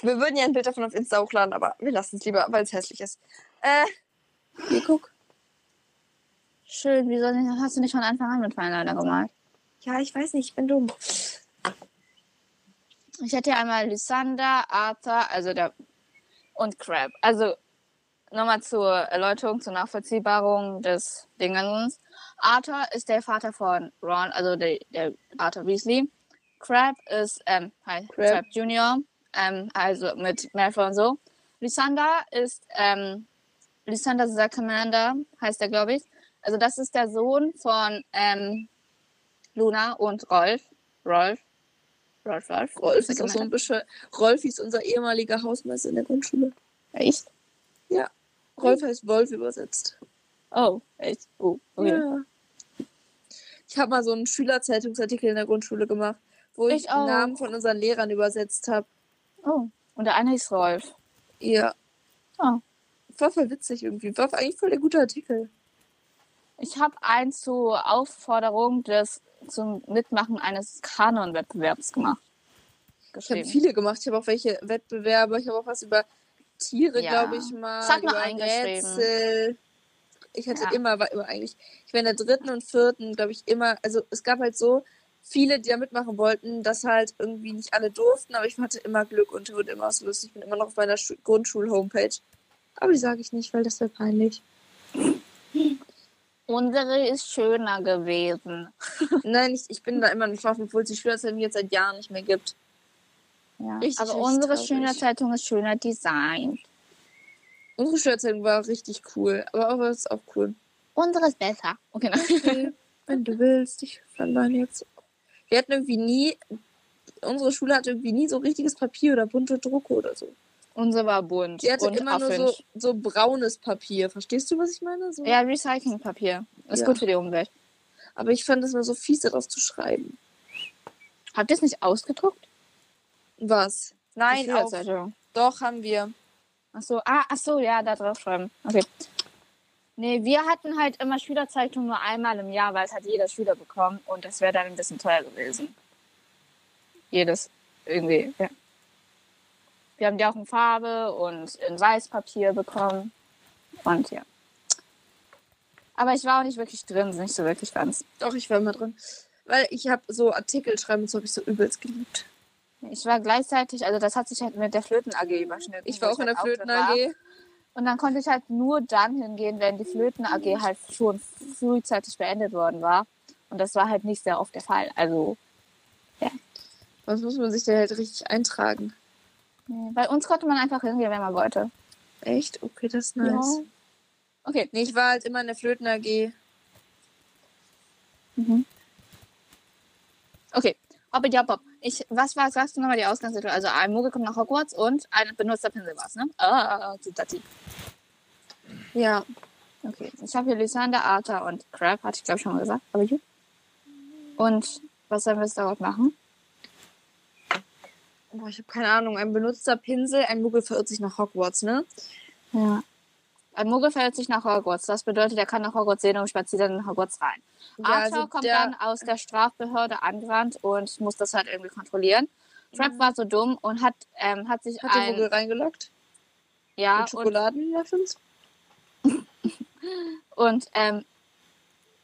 A: Wir würden ja ein Bild davon auf Insta hochladen, aber wir lassen es lieber, weil es hässlich ist. Äh, hier guck.
B: Schön, wieso nicht- hast du nicht von Anfang an mit Feinliner gemalt?
A: Ja, ich weiß nicht, ich bin dumm.
B: Ich hätte ja einmal Lysander, Arthur, also der und Crab. Also nochmal zur Erläuterung, zur Nachvollziehbarung des Dingens. Arthur ist der Vater von Ron, also der, der Arthur Weasley. Crab ist ähm, hi,
A: Crabbe.
B: Crab Junior, ähm, also mit Malfoy und so. Lysander ist ähm, Lysander Salamander heißt er, glaube ich. Also das ist der Sohn von ähm, Luna und Rolf. Rolf. Rolf, Rolf.
A: Rolf Oh, ist auch so ein bisschen. Rolfi ist unser ehemaliger Hausmeister in der Grundschule.
B: Echt?
A: Rolf heißt Wolf übersetzt.
B: Oh, echt? Oh, okay.
A: Ja. Ich habe mal so einen Schülerzeitungsartikel in der Grundschule gemacht, wo ich,
B: Ich
A: die
B: auch.
A: Namen von unseren Lehrern übersetzt habe.
B: Oh, und der eine ist Rolf.
A: Ja.
B: Ah.
A: War voll witzig irgendwie. War eigentlich voll der gute Artikel.
B: Ich habe eins zur Aufforderung des zum Mitmachen eines Kanon-Wettbewerbs gemacht.
A: Ich habe
B: Geschrieben.
A: viele gemacht. Ich habe auch welche Wettbewerbe. Ich habe auch was über Tiere,
B: Ja.
A: glaube ich mal.
B: Das hat man
A: über
B: eingeschrieben.
A: Rätsel. Ich hatte
B: Ja.
A: immer, war immer eigentlich, ich war in der dritten und vierten, glaube ich, immer, also es gab halt so viele, die da mitmachen wollten, dass halt irgendwie nicht alle durften, aber ich hatte immer Glück und wurde immer so lustig. Ich bin immer noch auf meiner Schu- Grundschul-Homepage. Aber die sage ich nicht, weil das wäre peinlich.
B: Unsere ist schöner gewesen.
A: Nein, ich, ich bin da immer noch drauf, obwohl es die Schülerzeitung jetzt seit Jahren nicht mehr gibt.
B: Ja.
A: Richtig,
B: Aber
A: richtig
B: unsere
A: traurig.
B: schöner Zeitung ist schöner designt.
A: Unsere Schülerzeitung war richtig cool, aber auch ist auch cool.
B: Unsere ist besser. Okay, nein.
A: Wenn du willst, ich verleihe jetzt. Wir hatten irgendwie nie, unsere Schule hatte irgendwie nie so richtiges Papier oder bunte Drucke oder so.
B: Unsere war bunt.
A: Die hatte
B: und
A: immer nur so,
B: affig.
A: so braunes Papier. Verstehst du, was ich meine? So.
B: Ja, Recyclingpapier. Ist
A: Ja.
B: gut für die Umwelt.
A: Aber ich fand es immer so fies, darauf zu schreiben.
B: Habt ihr es nicht ausgedruckt?
A: Was?
B: Die
A: Nein, auch.
B: Schülerzeitung.
A: halt. Doch, haben wir.
B: Ach so, ah, ach so, ja, da drauf schreiben. Okay. Nee, wir hatten halt immer Schülerzeitung nur einmal im Jahr, weil es hat jeder Schüler bekommen und das wäre dann ein bisschen teuer gewesen. Jedes irgendwie, ja. Wir haben die auch in Farbe und in Weißpapier bekommen und ja. Aber ich war auch nicht wirklich drin, nicht so wirklich ganz.
A: Doch, ich war immer drin. Weil ich habe so Artikel schreiben, das habe ich so übelst geliebt.
B: Ich war gleichzeitig, also das hat sich halt mit der Flöten AG überschnitten.
A: Ich
B: wo
A: war auch in
B: halt
A: der Flöten
B: drin war.
A: AG.
B: Und dann konnte ich halt nur dann hingehen, wenn die Flöten AG halt schon frühzeitig beendet worden war. Und das war halt nicht sehr oft der Fall. Also
A: Sonst muss man sich da halt richtig eintragen.
B: nee, bei uns konnte man einfach hingehen, wenn man wollte.
A: Echt? Okay, das ist nice.
B: Ja. Okay.
A: Nee, ich war halt immer in der Flöten AG.
B: Mhm. Okay. Aber ja, Bob, ich, was war, sagst du nochmal die Ausgangssituation? Also ein Mogel kommt nach Hogwarts und ein benutzter Pinsel war's, ne? Ah, Zitati.
A: Ja.
B: Okay. Ich habe hier Lysander, Arthur und Crab, hatte ich glaube ich schon mal gesagt. Aber gut. Und was sollen wir jetzt darauf machen?
A: Boah, ich habe keine Ahnung. Ein benutzter Pinsel, ein Muggel verirrt sich nach Hogwarts, ne?
B: Ja. Ein Muggel verhält sich nach Hogwarts. Das bedeutet, er kann nach Hogwarts sehen und spaziert dann in Hogwarts rein. Arthur kommt
A: also der-
B: dann aus der Strafbehörde angerannt und muss das halt irgendwie kontrollieren. Trap war so dumm und hat, ähm, hat sich
A: Mhm. Hat den
B: ein...
A: Muggel reingelockt?
B: ja,
A: mit
B: und,
A: Schokoladenmuffins?
B: und, ähm,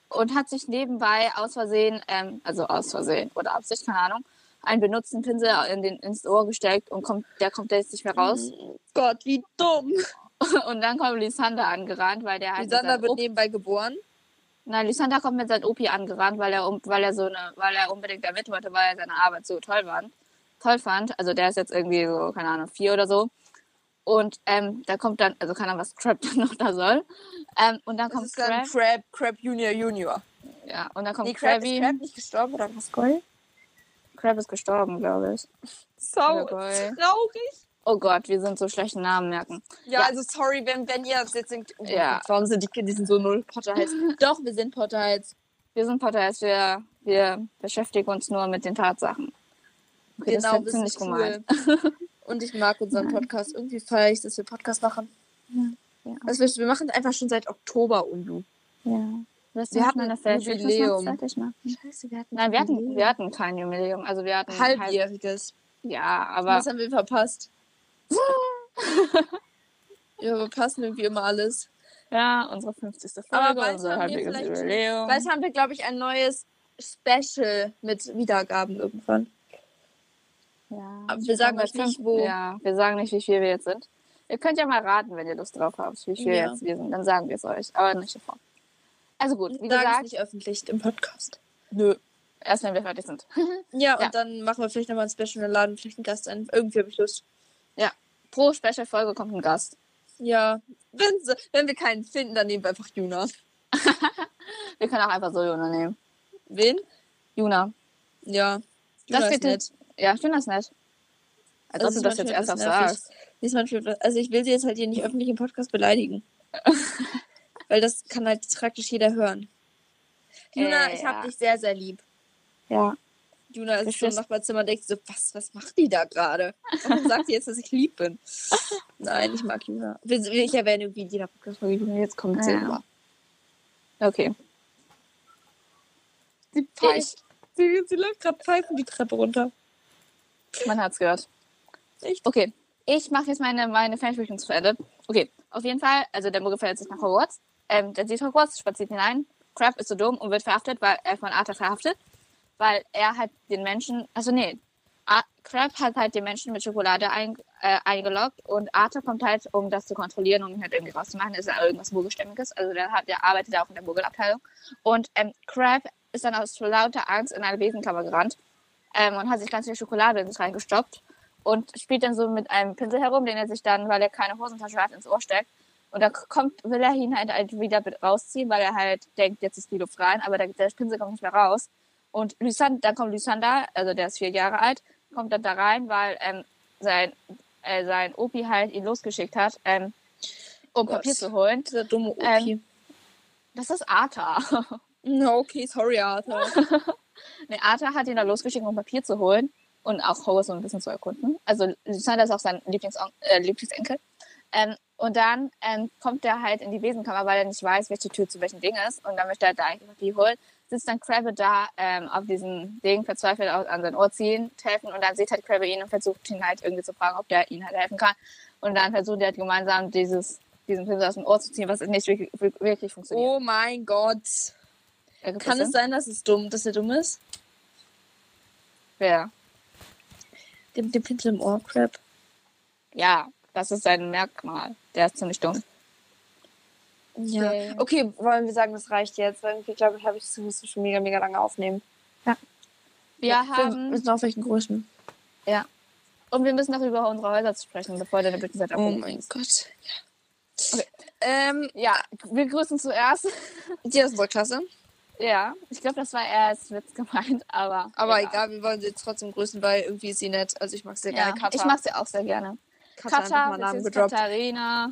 B: und hat sich nebenbei aus Versehen, ähm, also aus Versehen oder Absicht, keine Ahnung, einen benutzten Pinsel in den, ins Ohr gesteckt und kommt, der kommt jetzt nicht mehr
A: Mhm.
B: raus.
A: Oh Gott, wie dumm.
B: Und dann kommt Lysander angerannt, weil der halt... mit
A: Lysander
B: seinem
A: wird
B: Op-
A: nebenbei geboren.
B: Nein, Lysander kommt mit seinem Opi angerannt, weil er, um- weil er so eine, weil er unbedingt da mit wollte, weil er seine Arbeit so toll fand. Toll fand. Also der ist jetzt irgendwie so, keine Ahnung, vier oder so. Und ähm, da kommt dann, also keine Ahnung, was Crab dann noch da soll. Ähm, und dann
A: Das
B: kommt
A: ist dann
B: Crab.
A: Crab, Crab Junior Junior.
B: Ja, und dann kommt
A: Nee, Crab ist
B: Krabby. Crab?
A: Crab nicht gestorben oder was, Goy?
B: ist gestorben, glaube ich.
A: So
B: Ja, Goy.
A: traurig.
B: Oh Gott, wir sind so schlechten Namen merken.
A: Ja,
B: Ja.
A: also sorry, wenn, wenn ihr das jetzt denkt, oh
B: Ja.
A: Gott, warum sind die Kinder, die sind so null Potterheads? Doch, wir sind Potterheads.
B: Wir sind Potterheads, wir, wir beschäftigen uns nur mit den Tatsachen. Okay, das ist jetzt
A: wir
B: ziemlich
A: sind
B: gemein.
A: Genau, cool. Und ich mag unseren Podcast. Irgendwie feiere ich, dass wir Podcast machen.
B: Ja.
A: Also wir, wir machen einfach schon seit Oktober, Ulu.
B: Ja. Lass
A: Wir
B: mich
A: hatten
B: mal eine
A: ein
B: Flash- ich muss noch
A: Jubiläum.
B: Fertig machen.
A: Scheiße, wir hatten.
B: Nein, wir hatten, wir hatten kein Jubiläum. Also wir hatten ein halb-
A: halbjähriges.
B: Ja, aber
A: Was haben wir verpasst? wir verpassen irgendwie immer alles.
B: ja, unsere 50.
A: Aber
B: Folge,
A: bald
B: unser
A: haben wir
B: halbiges
A: vielleicht-
B: Jubiläum.
A: Bald haben wir, glaube ich, ein neues Special mit Wiedergaben irgendwann.
B: Ja.
A: Aber wir sagen euch nicht, wo.
B: Ja, wir sagen nicht, wie viel wir jetzt sind. Ihr könnt ja mal raten, wenn ihr Lust drauf habt, wie viel
A: Ja.
B: jetzt wir sind. Dann sagen wir es euch, aber nicht davon. Also gut, wie
A: Sagen es
B: gesagt,
A: nicht öffentlich im Podcast. Nö.
B: erst wenn wir fertig sind. Ja.
A: Ja, und dann machen wir vielleicht nochmal ein Special und laden vielleicht einen Gast ein. Irgendwie habe ich Lust.
B: Pro Special-Folge kommt ein Gast.
A: Ja. Wenn, sie- wenn wir keinen finden, dann nehmen wir einfach Juna.
B: Wir können auch einfach so Juna nehmen.
A: Wen?
B: Juna.
A: Ja.
B: Das
A: Juna
B: geht nicht. Ja, Juna ist nett. Als
A: Also
B: ob du
A: ist
B: das jetzt
A: manchmal
B: ernsthaft
A: etwas nervig.
B: sagst.
A: Die ist manchmal, also ich will sie jetzt halt hier nicht öffentlich im Podcast beleidigen. Weil das kann halt praktisch jeder hören. Juna,
B: Äh,
A: ich habe
B: ja.
A: dich sehr, sehr lieb.
B: Ja.
A: Juna ist
B: Ich
A: schon im
B: weiß-
A: Nachbarzimmer und denkt so, was, was macht die da gerade? Warum sagt die jetzt, dass ich lieb bin? Nein, ich mag Juna. Wir- wir- Ich erwähne irgendwie in jeder Podcast-Folge Juna, jetzt kommt sie
B: Ja.
A: immer.
B: Okay.
A: Sie pfeift. Sie, sie läuft gerade pfeifen die Treppe runter.
B: Man hat's gehört.
A: Echt?
B: Okay. Ich mache jetzt meine, meine Fanfiction zu Ende. Okay. Auf jeden Fall, also der Mugge verhält sich nach Hogwarts. Ähm, der sieht Hogwarts, spaziert hinein. Crab ist so dumm und wird verhaftet, weil er von Arthur verhaftet. Weil er halt den Menschen, also nee, Ar Crab hat halt den Menschen mit Schokolade ein, äh, eingeloggt und Arthur kommt halt, um das zu kontrollieren, um ihn halt irgendwie rauszumachen. Ist ja irgendwas Muggelstämmiges. Also der, hat, der arbeitet ja auch in der Muggelabteilung. Und ähm, Crab ist dann aus lauter Angst in eine Besenkammer gerannt ähm, und hat sich ganz viel Schokolade in sich reingestopft und spielt dann so mit einem Pinsel herum, den er sich dann, weil er keine Hosentasche hat, ins Ohr steckt. Und dann kommt, will er ihn halt, halt wieder mit rausziehen, weil er halt denkt, jetzt ist die Luft rein, aber der, der Pinsel kommt nicht mehr raus. Und Lysander, dann kommt Lysander, also der ist vier Jahre alt, kommt dann da rein, weil ähm, sein, äh, sein Opi halt ihn losgeschickt hat, ähm, um
A: Gott.
B: Papier zu holen.
A: Dieser dumme Opi.
B: Ähm. Das ist Arthur.
A: Na, okay, sorry, Arthur.
B: Nee, Arthur hat ihn da losgeschickt, um Papier zu holen und auch Hogwarts so ein bisschen zu erkunden. Also Lysander ist auch sein Lieblings äh, Lieblingsenkel. Ähm, und dann ähm, kommt er halt in die Besenkammer, weil er nicht weiß, welche Tür zu welchem Ding ist. Und dann möchte er da eigentlich Papier holen. Sitzt dann Crabbe da ähm, auf diesem Ding, verzweifelt au- an sein Ohr ziehen, helfen. Und dann sieht halt Crabbe ihn und versucht ihn halt irgendwie zu fragen, ob der ihn halt helfen kann. Und dann versucht er halt gemeinsam dieses, diesen Pinsel aus dem Ohr zu ziehen, was nicht wirklich, wirklich funktioniert.
A: oh mein Gott.
B: Er gibt
A: Kann
B: das
A: es
B: hin?
A: sein, dass es dumm, dass er dumm ist?
B: Wer?
A: Dem, dem Pinsel im Ohr, Crap.
B: Ja, das ist sein Merkmal. Der ist ziemlich dumm.
A: Ja.
B: Ja.
A: Okay, wollen wir sagen, das reicht jetzt, weil ich glaube, ich habe ich sowieso schon mega, mega lange aufnehmen.
B: Wir haben
A: Müssen auf welchen Größen?
B: und wir müssen noch über unsere Häuser zu sprechen, bevor deine Bittenzeit
A: Oh
B: abgeht.
A: mein Gott. Ja.
B: Okay.
A: Ähm,
B: Ja, wir grüßen zuerst.
A: die aus unserer Klasse.
B: Ja, ich glaube, das war eher als Witz gemeint, aber
A: Aber egal, wir wollen sie jetzt trotzdem grüßen, weil irgendwie ist sie nett. Also ich mag sie
B: Ja,
A: gerne. Katha.
B: ich mag sie auch sehr gerne.
A: Katha,
B: Katha,
A: nochmal Namen
B: beziehungsweise
A: gedroppt.
B: Katharina.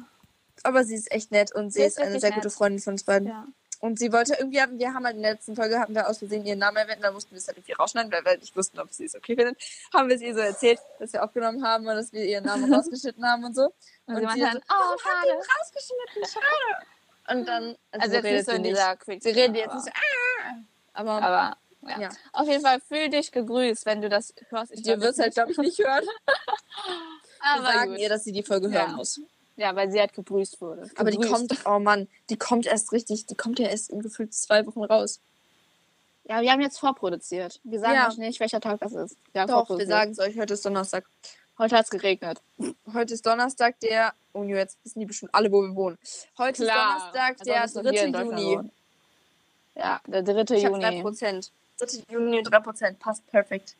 A: Aber sie ist echt nett und sie
B: Sie
A: ist,
B: ist
A: eine
B: wirklich
A: sehr
B: nett.
A: gute Freundin von uns beiden.
B: Ja.
A: Und sie wollte irgendwie, haben, wir haben halt in der letzten Folge, hatten wir aus Versehen ihren Namen erwähnt, und dann mussten wir es halt irgendwie rausschneiden, weil wir nicht wussten, ob sie es okay findet. Haben wir es ihr so erzählt, dass wir aufgenommen haben und dass wir ihren Namen rausgeschnitten haben und so.
B: Und,
A: Und
B: sie meinte
A: sie Also
B: dann, oh, schade.
A: Rausgeschnitten, schade. Und dann,
B: Also
A: so
B: jetzt nicht so in dieser Quick.
A: Sie redet jetzt
B: aber-
A: nicht so, ah, aber,
B: Aber ja.
A: Ja.
B: Auf jeden Fall fühl dich gegrüßt, wenn du das hörst. Ich
A: dir
B: glaub,
A: wird es halt, glaube ich, nicht hören. Wir
B: aber
A: sagen
B: gut.
A: ihr, dass sie die Folge
B: Ja.
A: hören muss.
B: Ja, weil sie halt gegrüßt wurde.
A: Aber die
B: Gegrüßt.
A: kommt, oh Mann, die kommt erst richtig, die kommt ja erst in gefühlt zwei Wochen raus.
B: Ja, wir haben jetzt vorproduziert. Wir sagen
A: Ja.
B: euch nicht, welcher Tag das ist. Wir haben
A: Doch, wir
B: vorproduziert.
A: sagen es euch, heute ist Donnerstag.
B: Heute hat es geregnet.
A: Heute ist Donnerstag, der. Oh, nö, jetzt wissen die bestimmt alle, wo wir wohnen. Heute
B: Klar. Also
A: ist Donnerstag, der
B: Ansonsten wir
A: 3.
B: in Deutschland
A: Juni.
B: wohnen. Ja, der 3.
A: Ich habe
B: Juni.
A: 3%. 3. Juni, 3%. Passt perfekt.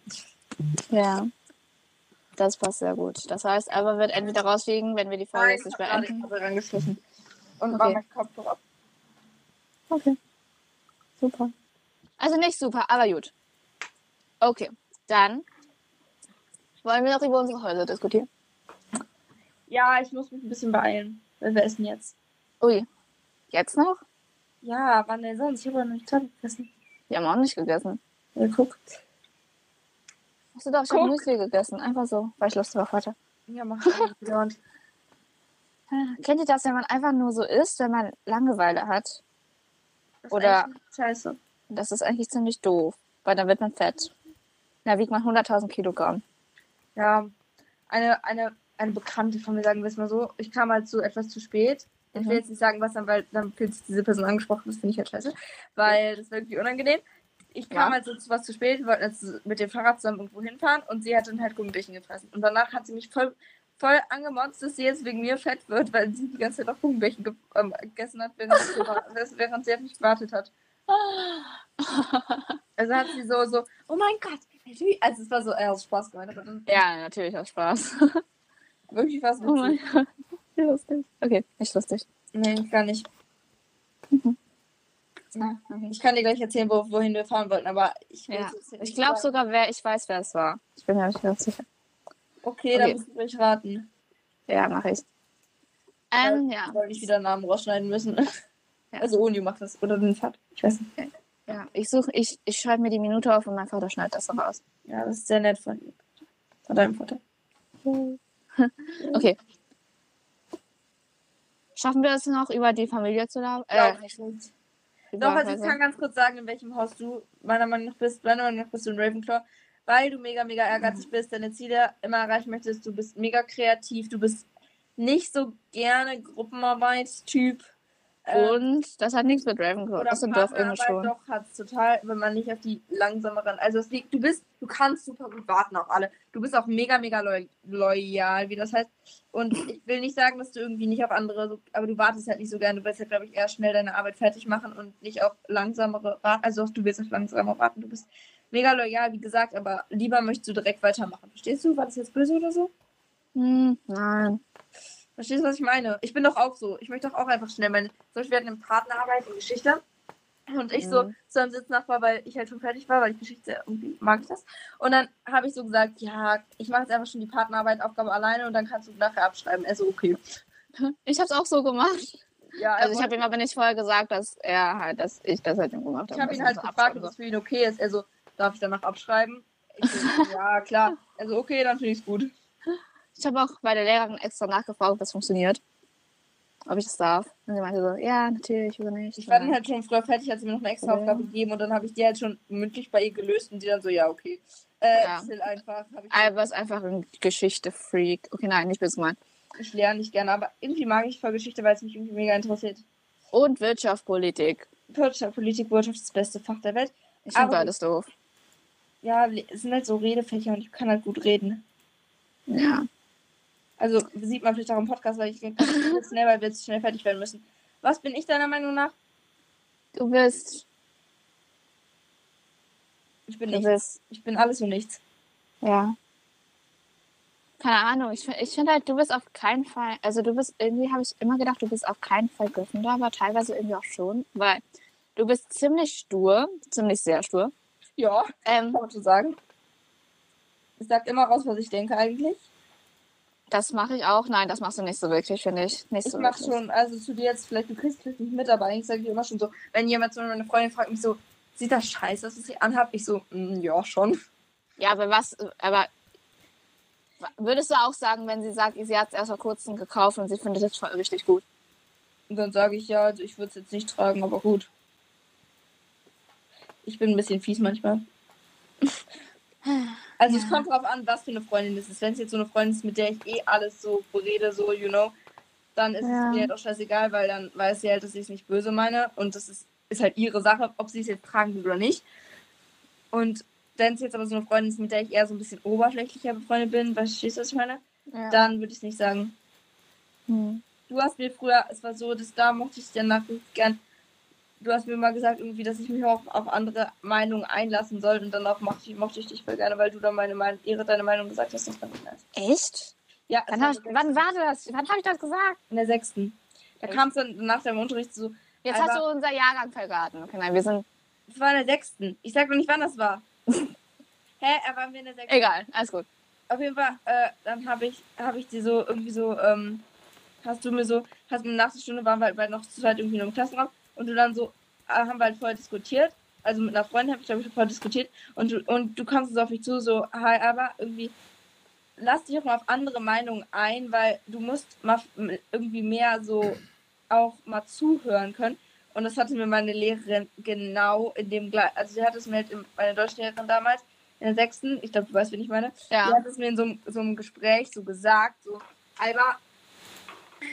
B: Ja. Das passt sehr gut. Das heißt, Alba wird entweder rausfliegen, wenn wir die Folge jetzt nicht beenden.
A: rangeschlossen. Und
B: Okay.
A: war mein Kopf drauf.
B: Okay. Super. Also nicht super, aber gut. Okay, dann wollen wir noch über unsere Häuser diskutieren.
A: Ja, ich muss mich ein bisschen beeilen, weil wir essen jetzt.
B: Ui, jetzt noch?
A: Ja, wann denn sonst? Ich habe ja noch nicht Tag gegessen.
B: Wir haben auch nicht gegessen.
A: Ja, guck.
B: Hast du doch schon
A: Guck.
B: Müsli gegessen? Einfach so, weil ich Lust drauf hatte.
A: Ja, mach ich.
B: Kennt ihr das, wenn man einfach nur so isst, wenn man Langeweile hat?
A: Das ist
B: Oder-
A: echt Scheiße.
B: Das ist eigentlich ziemlich doof, weil dann wird man fett. Da wiegt man 100.000 Kilogramm.
A: Ja. Eine, eine, eine Bekannte von mir, sagen wir es mal so, ich kam halt so etwas zu spät. Ich
B: Mhm.
A: will jetzt nicht sagen, was dann, weil dann fühlt sich diese Person angesprochen, das finde ich halt scheiße. Weil das wäre irgendwie unangenehm. Ich kam
B: Ja.
A: halt so zu was zu spät, wir wollten jetzt mit dem Fahrrad zusammen irgendwo hinfahren und sie hat dann halt Gummibärchen gefressen. Und danach hat sie mich voll, voll angemotzt, dass sie jetzt wegen mir fett wird, weil sie die ganze Zeit auch Gummibärchen ge ähm, gegessen hat, während sie, während sie auf mich gewartet hat. Also hat sie so, so, oh mein Gott, natürlich. Also es war so, äh, aus Spaß gemeint, aber dann
B: Ja, natürlich aus Spaß.
A: wirklich was
B: Oh mein Gott. Wie lustig. Okay, nicht lustig.
A: Nee, gar nicht.
B: Ah, okay.
A: Ich kann dir gleich erzählen, wo, wohin wir fahren wollten, aber ich will
B: Ja.
A: es jetzt nicht
B: Ich glaube
A: sagen.
B: sogar, wer, ich weiß, wer es war. Ich bin mir nicht ganz sicher.
A: Okay, dann
B: Okay.
A: müssen wir euch raten.
B: Ja, mache ich. Ähm, ja.
A: Weil wir nicht wieder Namen rausschneiden müssen.
B: Ja.
A: Also Uni macht das. Oder den Fat. Ich weiß nicht.
B: ja. Ich suche, ich, ich schreibe mir die Minute auf und mein Vater schneidet das noch aus.
A: Ja, das ist sehr nett von ihm. Von deinem Vater.
B: Okay. Schaffen wir es noch, über die Familie zu labern? Äh,
A: Glaub ich nicht.
B: über-
A: Doch, also ich kann ganz kurz sagen, in welchem Haus du meiner Meinung nach bist. Meiner Meinung nach bist du in Ravenclaw, weil du mega, mega ehrgeizig bist, deine Ziele immer erreichen möchtest. Du bist mega kreativ, du bist nicht so gerne Gruppenarbeit-Typ. äh,
B: und das hat nichts mit Ravenclaw.
A: oder
B: Das sind doch irgendwie
A: Partnerarbeit,
B: schon.
A: doch hat es total, wenn man nicht auf die langsameren. Also es liegt, du bist, du kannst super gut warten auf alle. Du bist auch mega, mega loy loyal, wie das heißt. Und ich will nicht sagen, dass du irgendwie nicht auf andere, so, aber du wartest halt nicht so gerne. Du willst halt, glaube ich, eher schnell deine Arbeit fertig machen und nicht auf langsamere warten. Also du willst auf langsamer warten. Du bist mega loyal, wie gesagt, aber lieber möchtest du direkt weitermachen. Verstehst du? War das jetzt böse oder so?
B: Hm, nein.
A: Verstehst du, was ich meine? Ich bin doch auch so. Ich möchte doch auch einfach schnell meine. Zum Beispiel, wir hatten im Partnerarbeit in Geschichte. Und ich so
B: Mhm.
A: zu einem Sitznachbar, weil ich halt schon fertig war, weil ich Geschichte irgendwie mag ich das. Und dann habe ich so gesagt, ja, ich mache jetzt einfach schon die Partnerarbeit, Aufgabe alleine und dann kannst du nachher abschreiben. Er so, okay.
B: Ich habe es auch so gemacht.
A: Ja, er
B: Also ich
A: wollte-
B: habe ihm aber nicht vorher gesagt, dass er halt, dass ich das halt ihm gemacht habe.
A: ich habe
B: dass
A: ihn
B: er
A: halt
B: so
A: gefragt,
B: abschreiben
A: ob
B: soll.
A: das für ihn okay ist. Er so, darf ich danach abschreiben? Ich so, ja, klar. Also okay, dann finde ich es gut.
B: Ich habe auch bei der Lehrerin extra nachgefragt, ob das funktioniert. Ob ich das darf. Und sie meinte so, ja, natürlich, wieso nicht?
A: Ich war dann halt schon früher fertig, hat sie mir noch eine extra Aufgabe gegeben und dann habe ich die halt schon mündlich bei ihr gelöst und die dann so, ja, okay. Äh,
B: Ja.
A: chill einfach. Hab ich
B: Alba Äh, ist einfach ein Geschichte-Freak. Okay, nein, nicht böse gemeint.
A: Ich lerne nicht gerne, aber irgendwie mag ich voll Geschichte, weil es mich irgendwie mega interessiert.
B: Und Wirtschaft, Politik.
A: Wirtschaft, Politik, Wirtschaft ist das beste Fach der Welt.
B: Ich finde
A: Aber-
B: beides doof.
A: Ja, le- es sind halt so Redefächer und ich kann halt gut reden.
B: Ja.
A: Also sieht man vielleicht auch im Podcast, weil ich denke, wir sind schnell, weil wir jetzt schnell fertig werden müssen. Was bin ich deiner Meinung nach?
B: Du bist.
A: Ich bin
B: Du
A: nichts.
B: bist.
A: Ich bin alles und nichts.
B: Ja. Keine Ahnung. Ich finde ich find halt, du bist auf keinen Fall. Also, du bist irgendwie, habe ich immer gedacht, du bist auf keinen Fall Gryffindor, aber teilweise irgendwie auch schon, weil du bist ziemlich stur. Ziemlich sehr stur.
A: Ja,
B: Ähm,
A: kann man schon sagen. Ich sag immer raus, was ich denke eigentlich.
B: das mache ich auch. Nein, das machst du nicht so wirklich, finde ich. Nicht
A: Ich
B: so
A: mach
B: wirklich.
A: schon, also zu dir jetzt vielleicht, du kriegst vielleicht nicht mit, aber eigentlich sage ich immer schon so, wenn jemand zum Beispiel meine Freundin fragt mich so, sieht das scheiße, aus, was ich anhab? Ich so, mm, ja, schon.
B: Ja, aber was, aber würdest du auch sagen, wenn sie sagt, sie hat es erst vor kurzem gekauft und sie findet es voll richtig gut?
A: Und dann sage ich ja, also ich würde es jetzt nicht tragen, aber gut. Ich bin ein bisschen fies manchmal. Also es
B: Ja.
A: kommt drauf an, was für eine Freundin es ist. Wenn es jetzt so eine Freundin ist, mit der ich eh alles so berede, so, you know, dann ist
B: Ja.
A: es mir halt auch scheißegal, weil dann weiß sie halt, dass ich es nicht böse meine. Und das ist, ist halt ihre Sache, ob sie es jetzt tragen will oder nicht. Und wenn es jetzt aber so eine Freundin ist, mit der ich eher so ein bisschen oberflächlicher befreundet bin, verstehst du, was ich meine?
B: Ja.
A: Dann würde ich es nicht sagen.
B: Hm.
A: Du hast mir früher, es war so, dass da mochte ich dich danach richtig gern. Du hast mir mal gesagt, irgendwie, dass ich mich auch auf andere Meinungen einlassen soll und danach mochte ich, mochte ich dich voll gerne, weil du dann meine Meinung, ihre deine Meinung gesagt hast, das war nicht nice.
B: Echt?
A: Ja, es
B: Wann,
A: war
B: hab
A: in
B: ich,
A: der
B: wann
A: sechsten-
B: war das? Wann habe ich das gesagt?
A: in der sechsten. Da
B: Echt?
A: kam es dann nach deinem Unterricht so,
B: Jetzt
A: Aber-
B: hast du unser Jahrgang verraten. Okay, nein, wir sind.
A: es war in der sechsten. Ich sag noch nicht, wann das war. Hä, er war mir in der sechsten.
B: Egal, alles gut.
A: auf jeden Fall, äh, dann habe ich, hab ich dir so irgendwie so, ähm, hast du mir so, hast mir nach der Stunde waren wir halt beide noch zu zweit irgendwie nur im Klassenraum und du dann so, äh, haben wir halt vorher diskutiert, also mit einer Freundin habe ich glaube ich vorher diskutiert und du, und du kommst so auf mich zu, so, hi, aber irgendwie, lass dich auch mal auf andere Meinungen ein, weil du musst mal f- m- irgendwie mehr so auch mal zuhören können. Und das hatte mir meine Lehrerin genau in dem gleichen, also sie hat es mir halt, im, meine Deutschlehrerin damals, in der sechsten, ich glaube, du weißt, wen ich meine,
B: Ja.
A: die hat es mir in so, einem- so einem Gespräch so gesagt, so, Alba,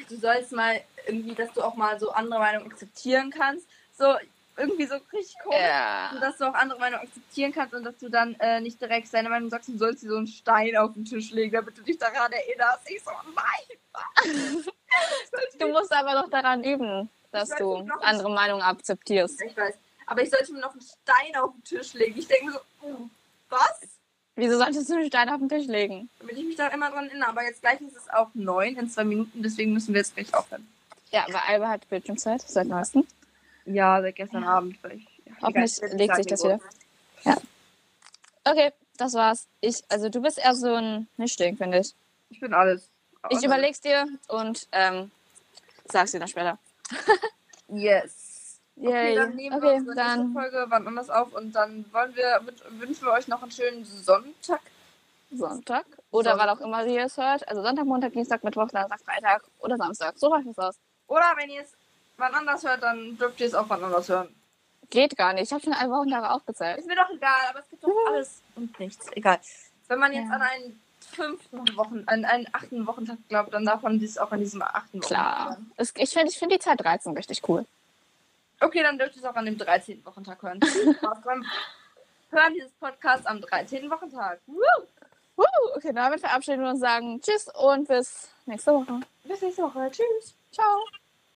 A: du sollst mal irgendwie, dass du auch mal so andere Meinung akzeptieren kannst. So, irgendwie so richtig komisch.
B: Ja.
A: so, dass du auch andere Meinungen akzeptieren kannst und dass du dann äh, nicht direkt deine Meinung sagst, du sollst dir so einen Stein auf den Tisch legen, damit du dich daran erinnerst. Ich so, nein,
B: Du musst aber noch daran üben, dass
A: weiß
B: du
A: nicht, noch-
B: andere Meinungen akzeptierst.
A: ich weiß. Aber ich sollte mir noch einen Stein auf den Tisch legen. Ich denke mir so, oh, was?
B: Wieso solltest du einen Stein auf den Tisch legen?
A: Damit ich mich da immer dran erinnere. Aber jetzt gleich ist es auch neun in zwei Minuten, deswegen müssen wir jetzt gleich aufhören.
B: Ja, weil Alba hat Bildschirmzeit seit neuestem.
A: Ja, seit gestern Abend. Weil ich,
B: Hoffentlich legt sich das wieder. Okay, das war's. Ich, also du bist eher so ein Nichtding, finde ich.
A: Ich bin alles. Also-
B: Ich überleg's dir und ähm, sag's dir dann später.
A: Yes. Okay,
B: Yay.
A: dann nehmen wir
B: Okay,
A: unsere
B: dann-
A: nächste Folge wann anders auf und dann wollen wir, wün- wünschen wir euch noch einen schönen Sonntag.
B: Sonntag oder
A: Sonntag.
B: wann auch immer ihr es hört. Also Sonntag, Montag, Dienstag, Mittwoch, Donnerstag, Freitag oder Samstag. So läuft es aus.
A: Oder wenn ihr es wann anders hört, dann dürft ihr es auch wann anders hören.
B: Geht gar nicht. Ich habe schon alle Wochentage aufgezählt.
A: Ist mir doch egal, aber es gibt doch alles und nichts. Egal. Wenn man jetzt
B: Ja.
A: an einen fünften Wochen, an einen achten Wochentag glaubt, dann darf man dies auch an diesem achten Wochentag
B: Klar.
A: hören.
B: Es, ich finde ich find die Zahl 13 richtig cool.
A: Okay, dann dürft ihr es auch an dem 13. Wochentag hören. Viel Spaß beim Hören dieses Podcast am 13. Wochentag. Woo!
B: Woo, okay, damit verabschieden wir uns, sagen Tschüss und bis nächste Woche.
A: Bis nächste Woche. Tschüss.
B: Ciao.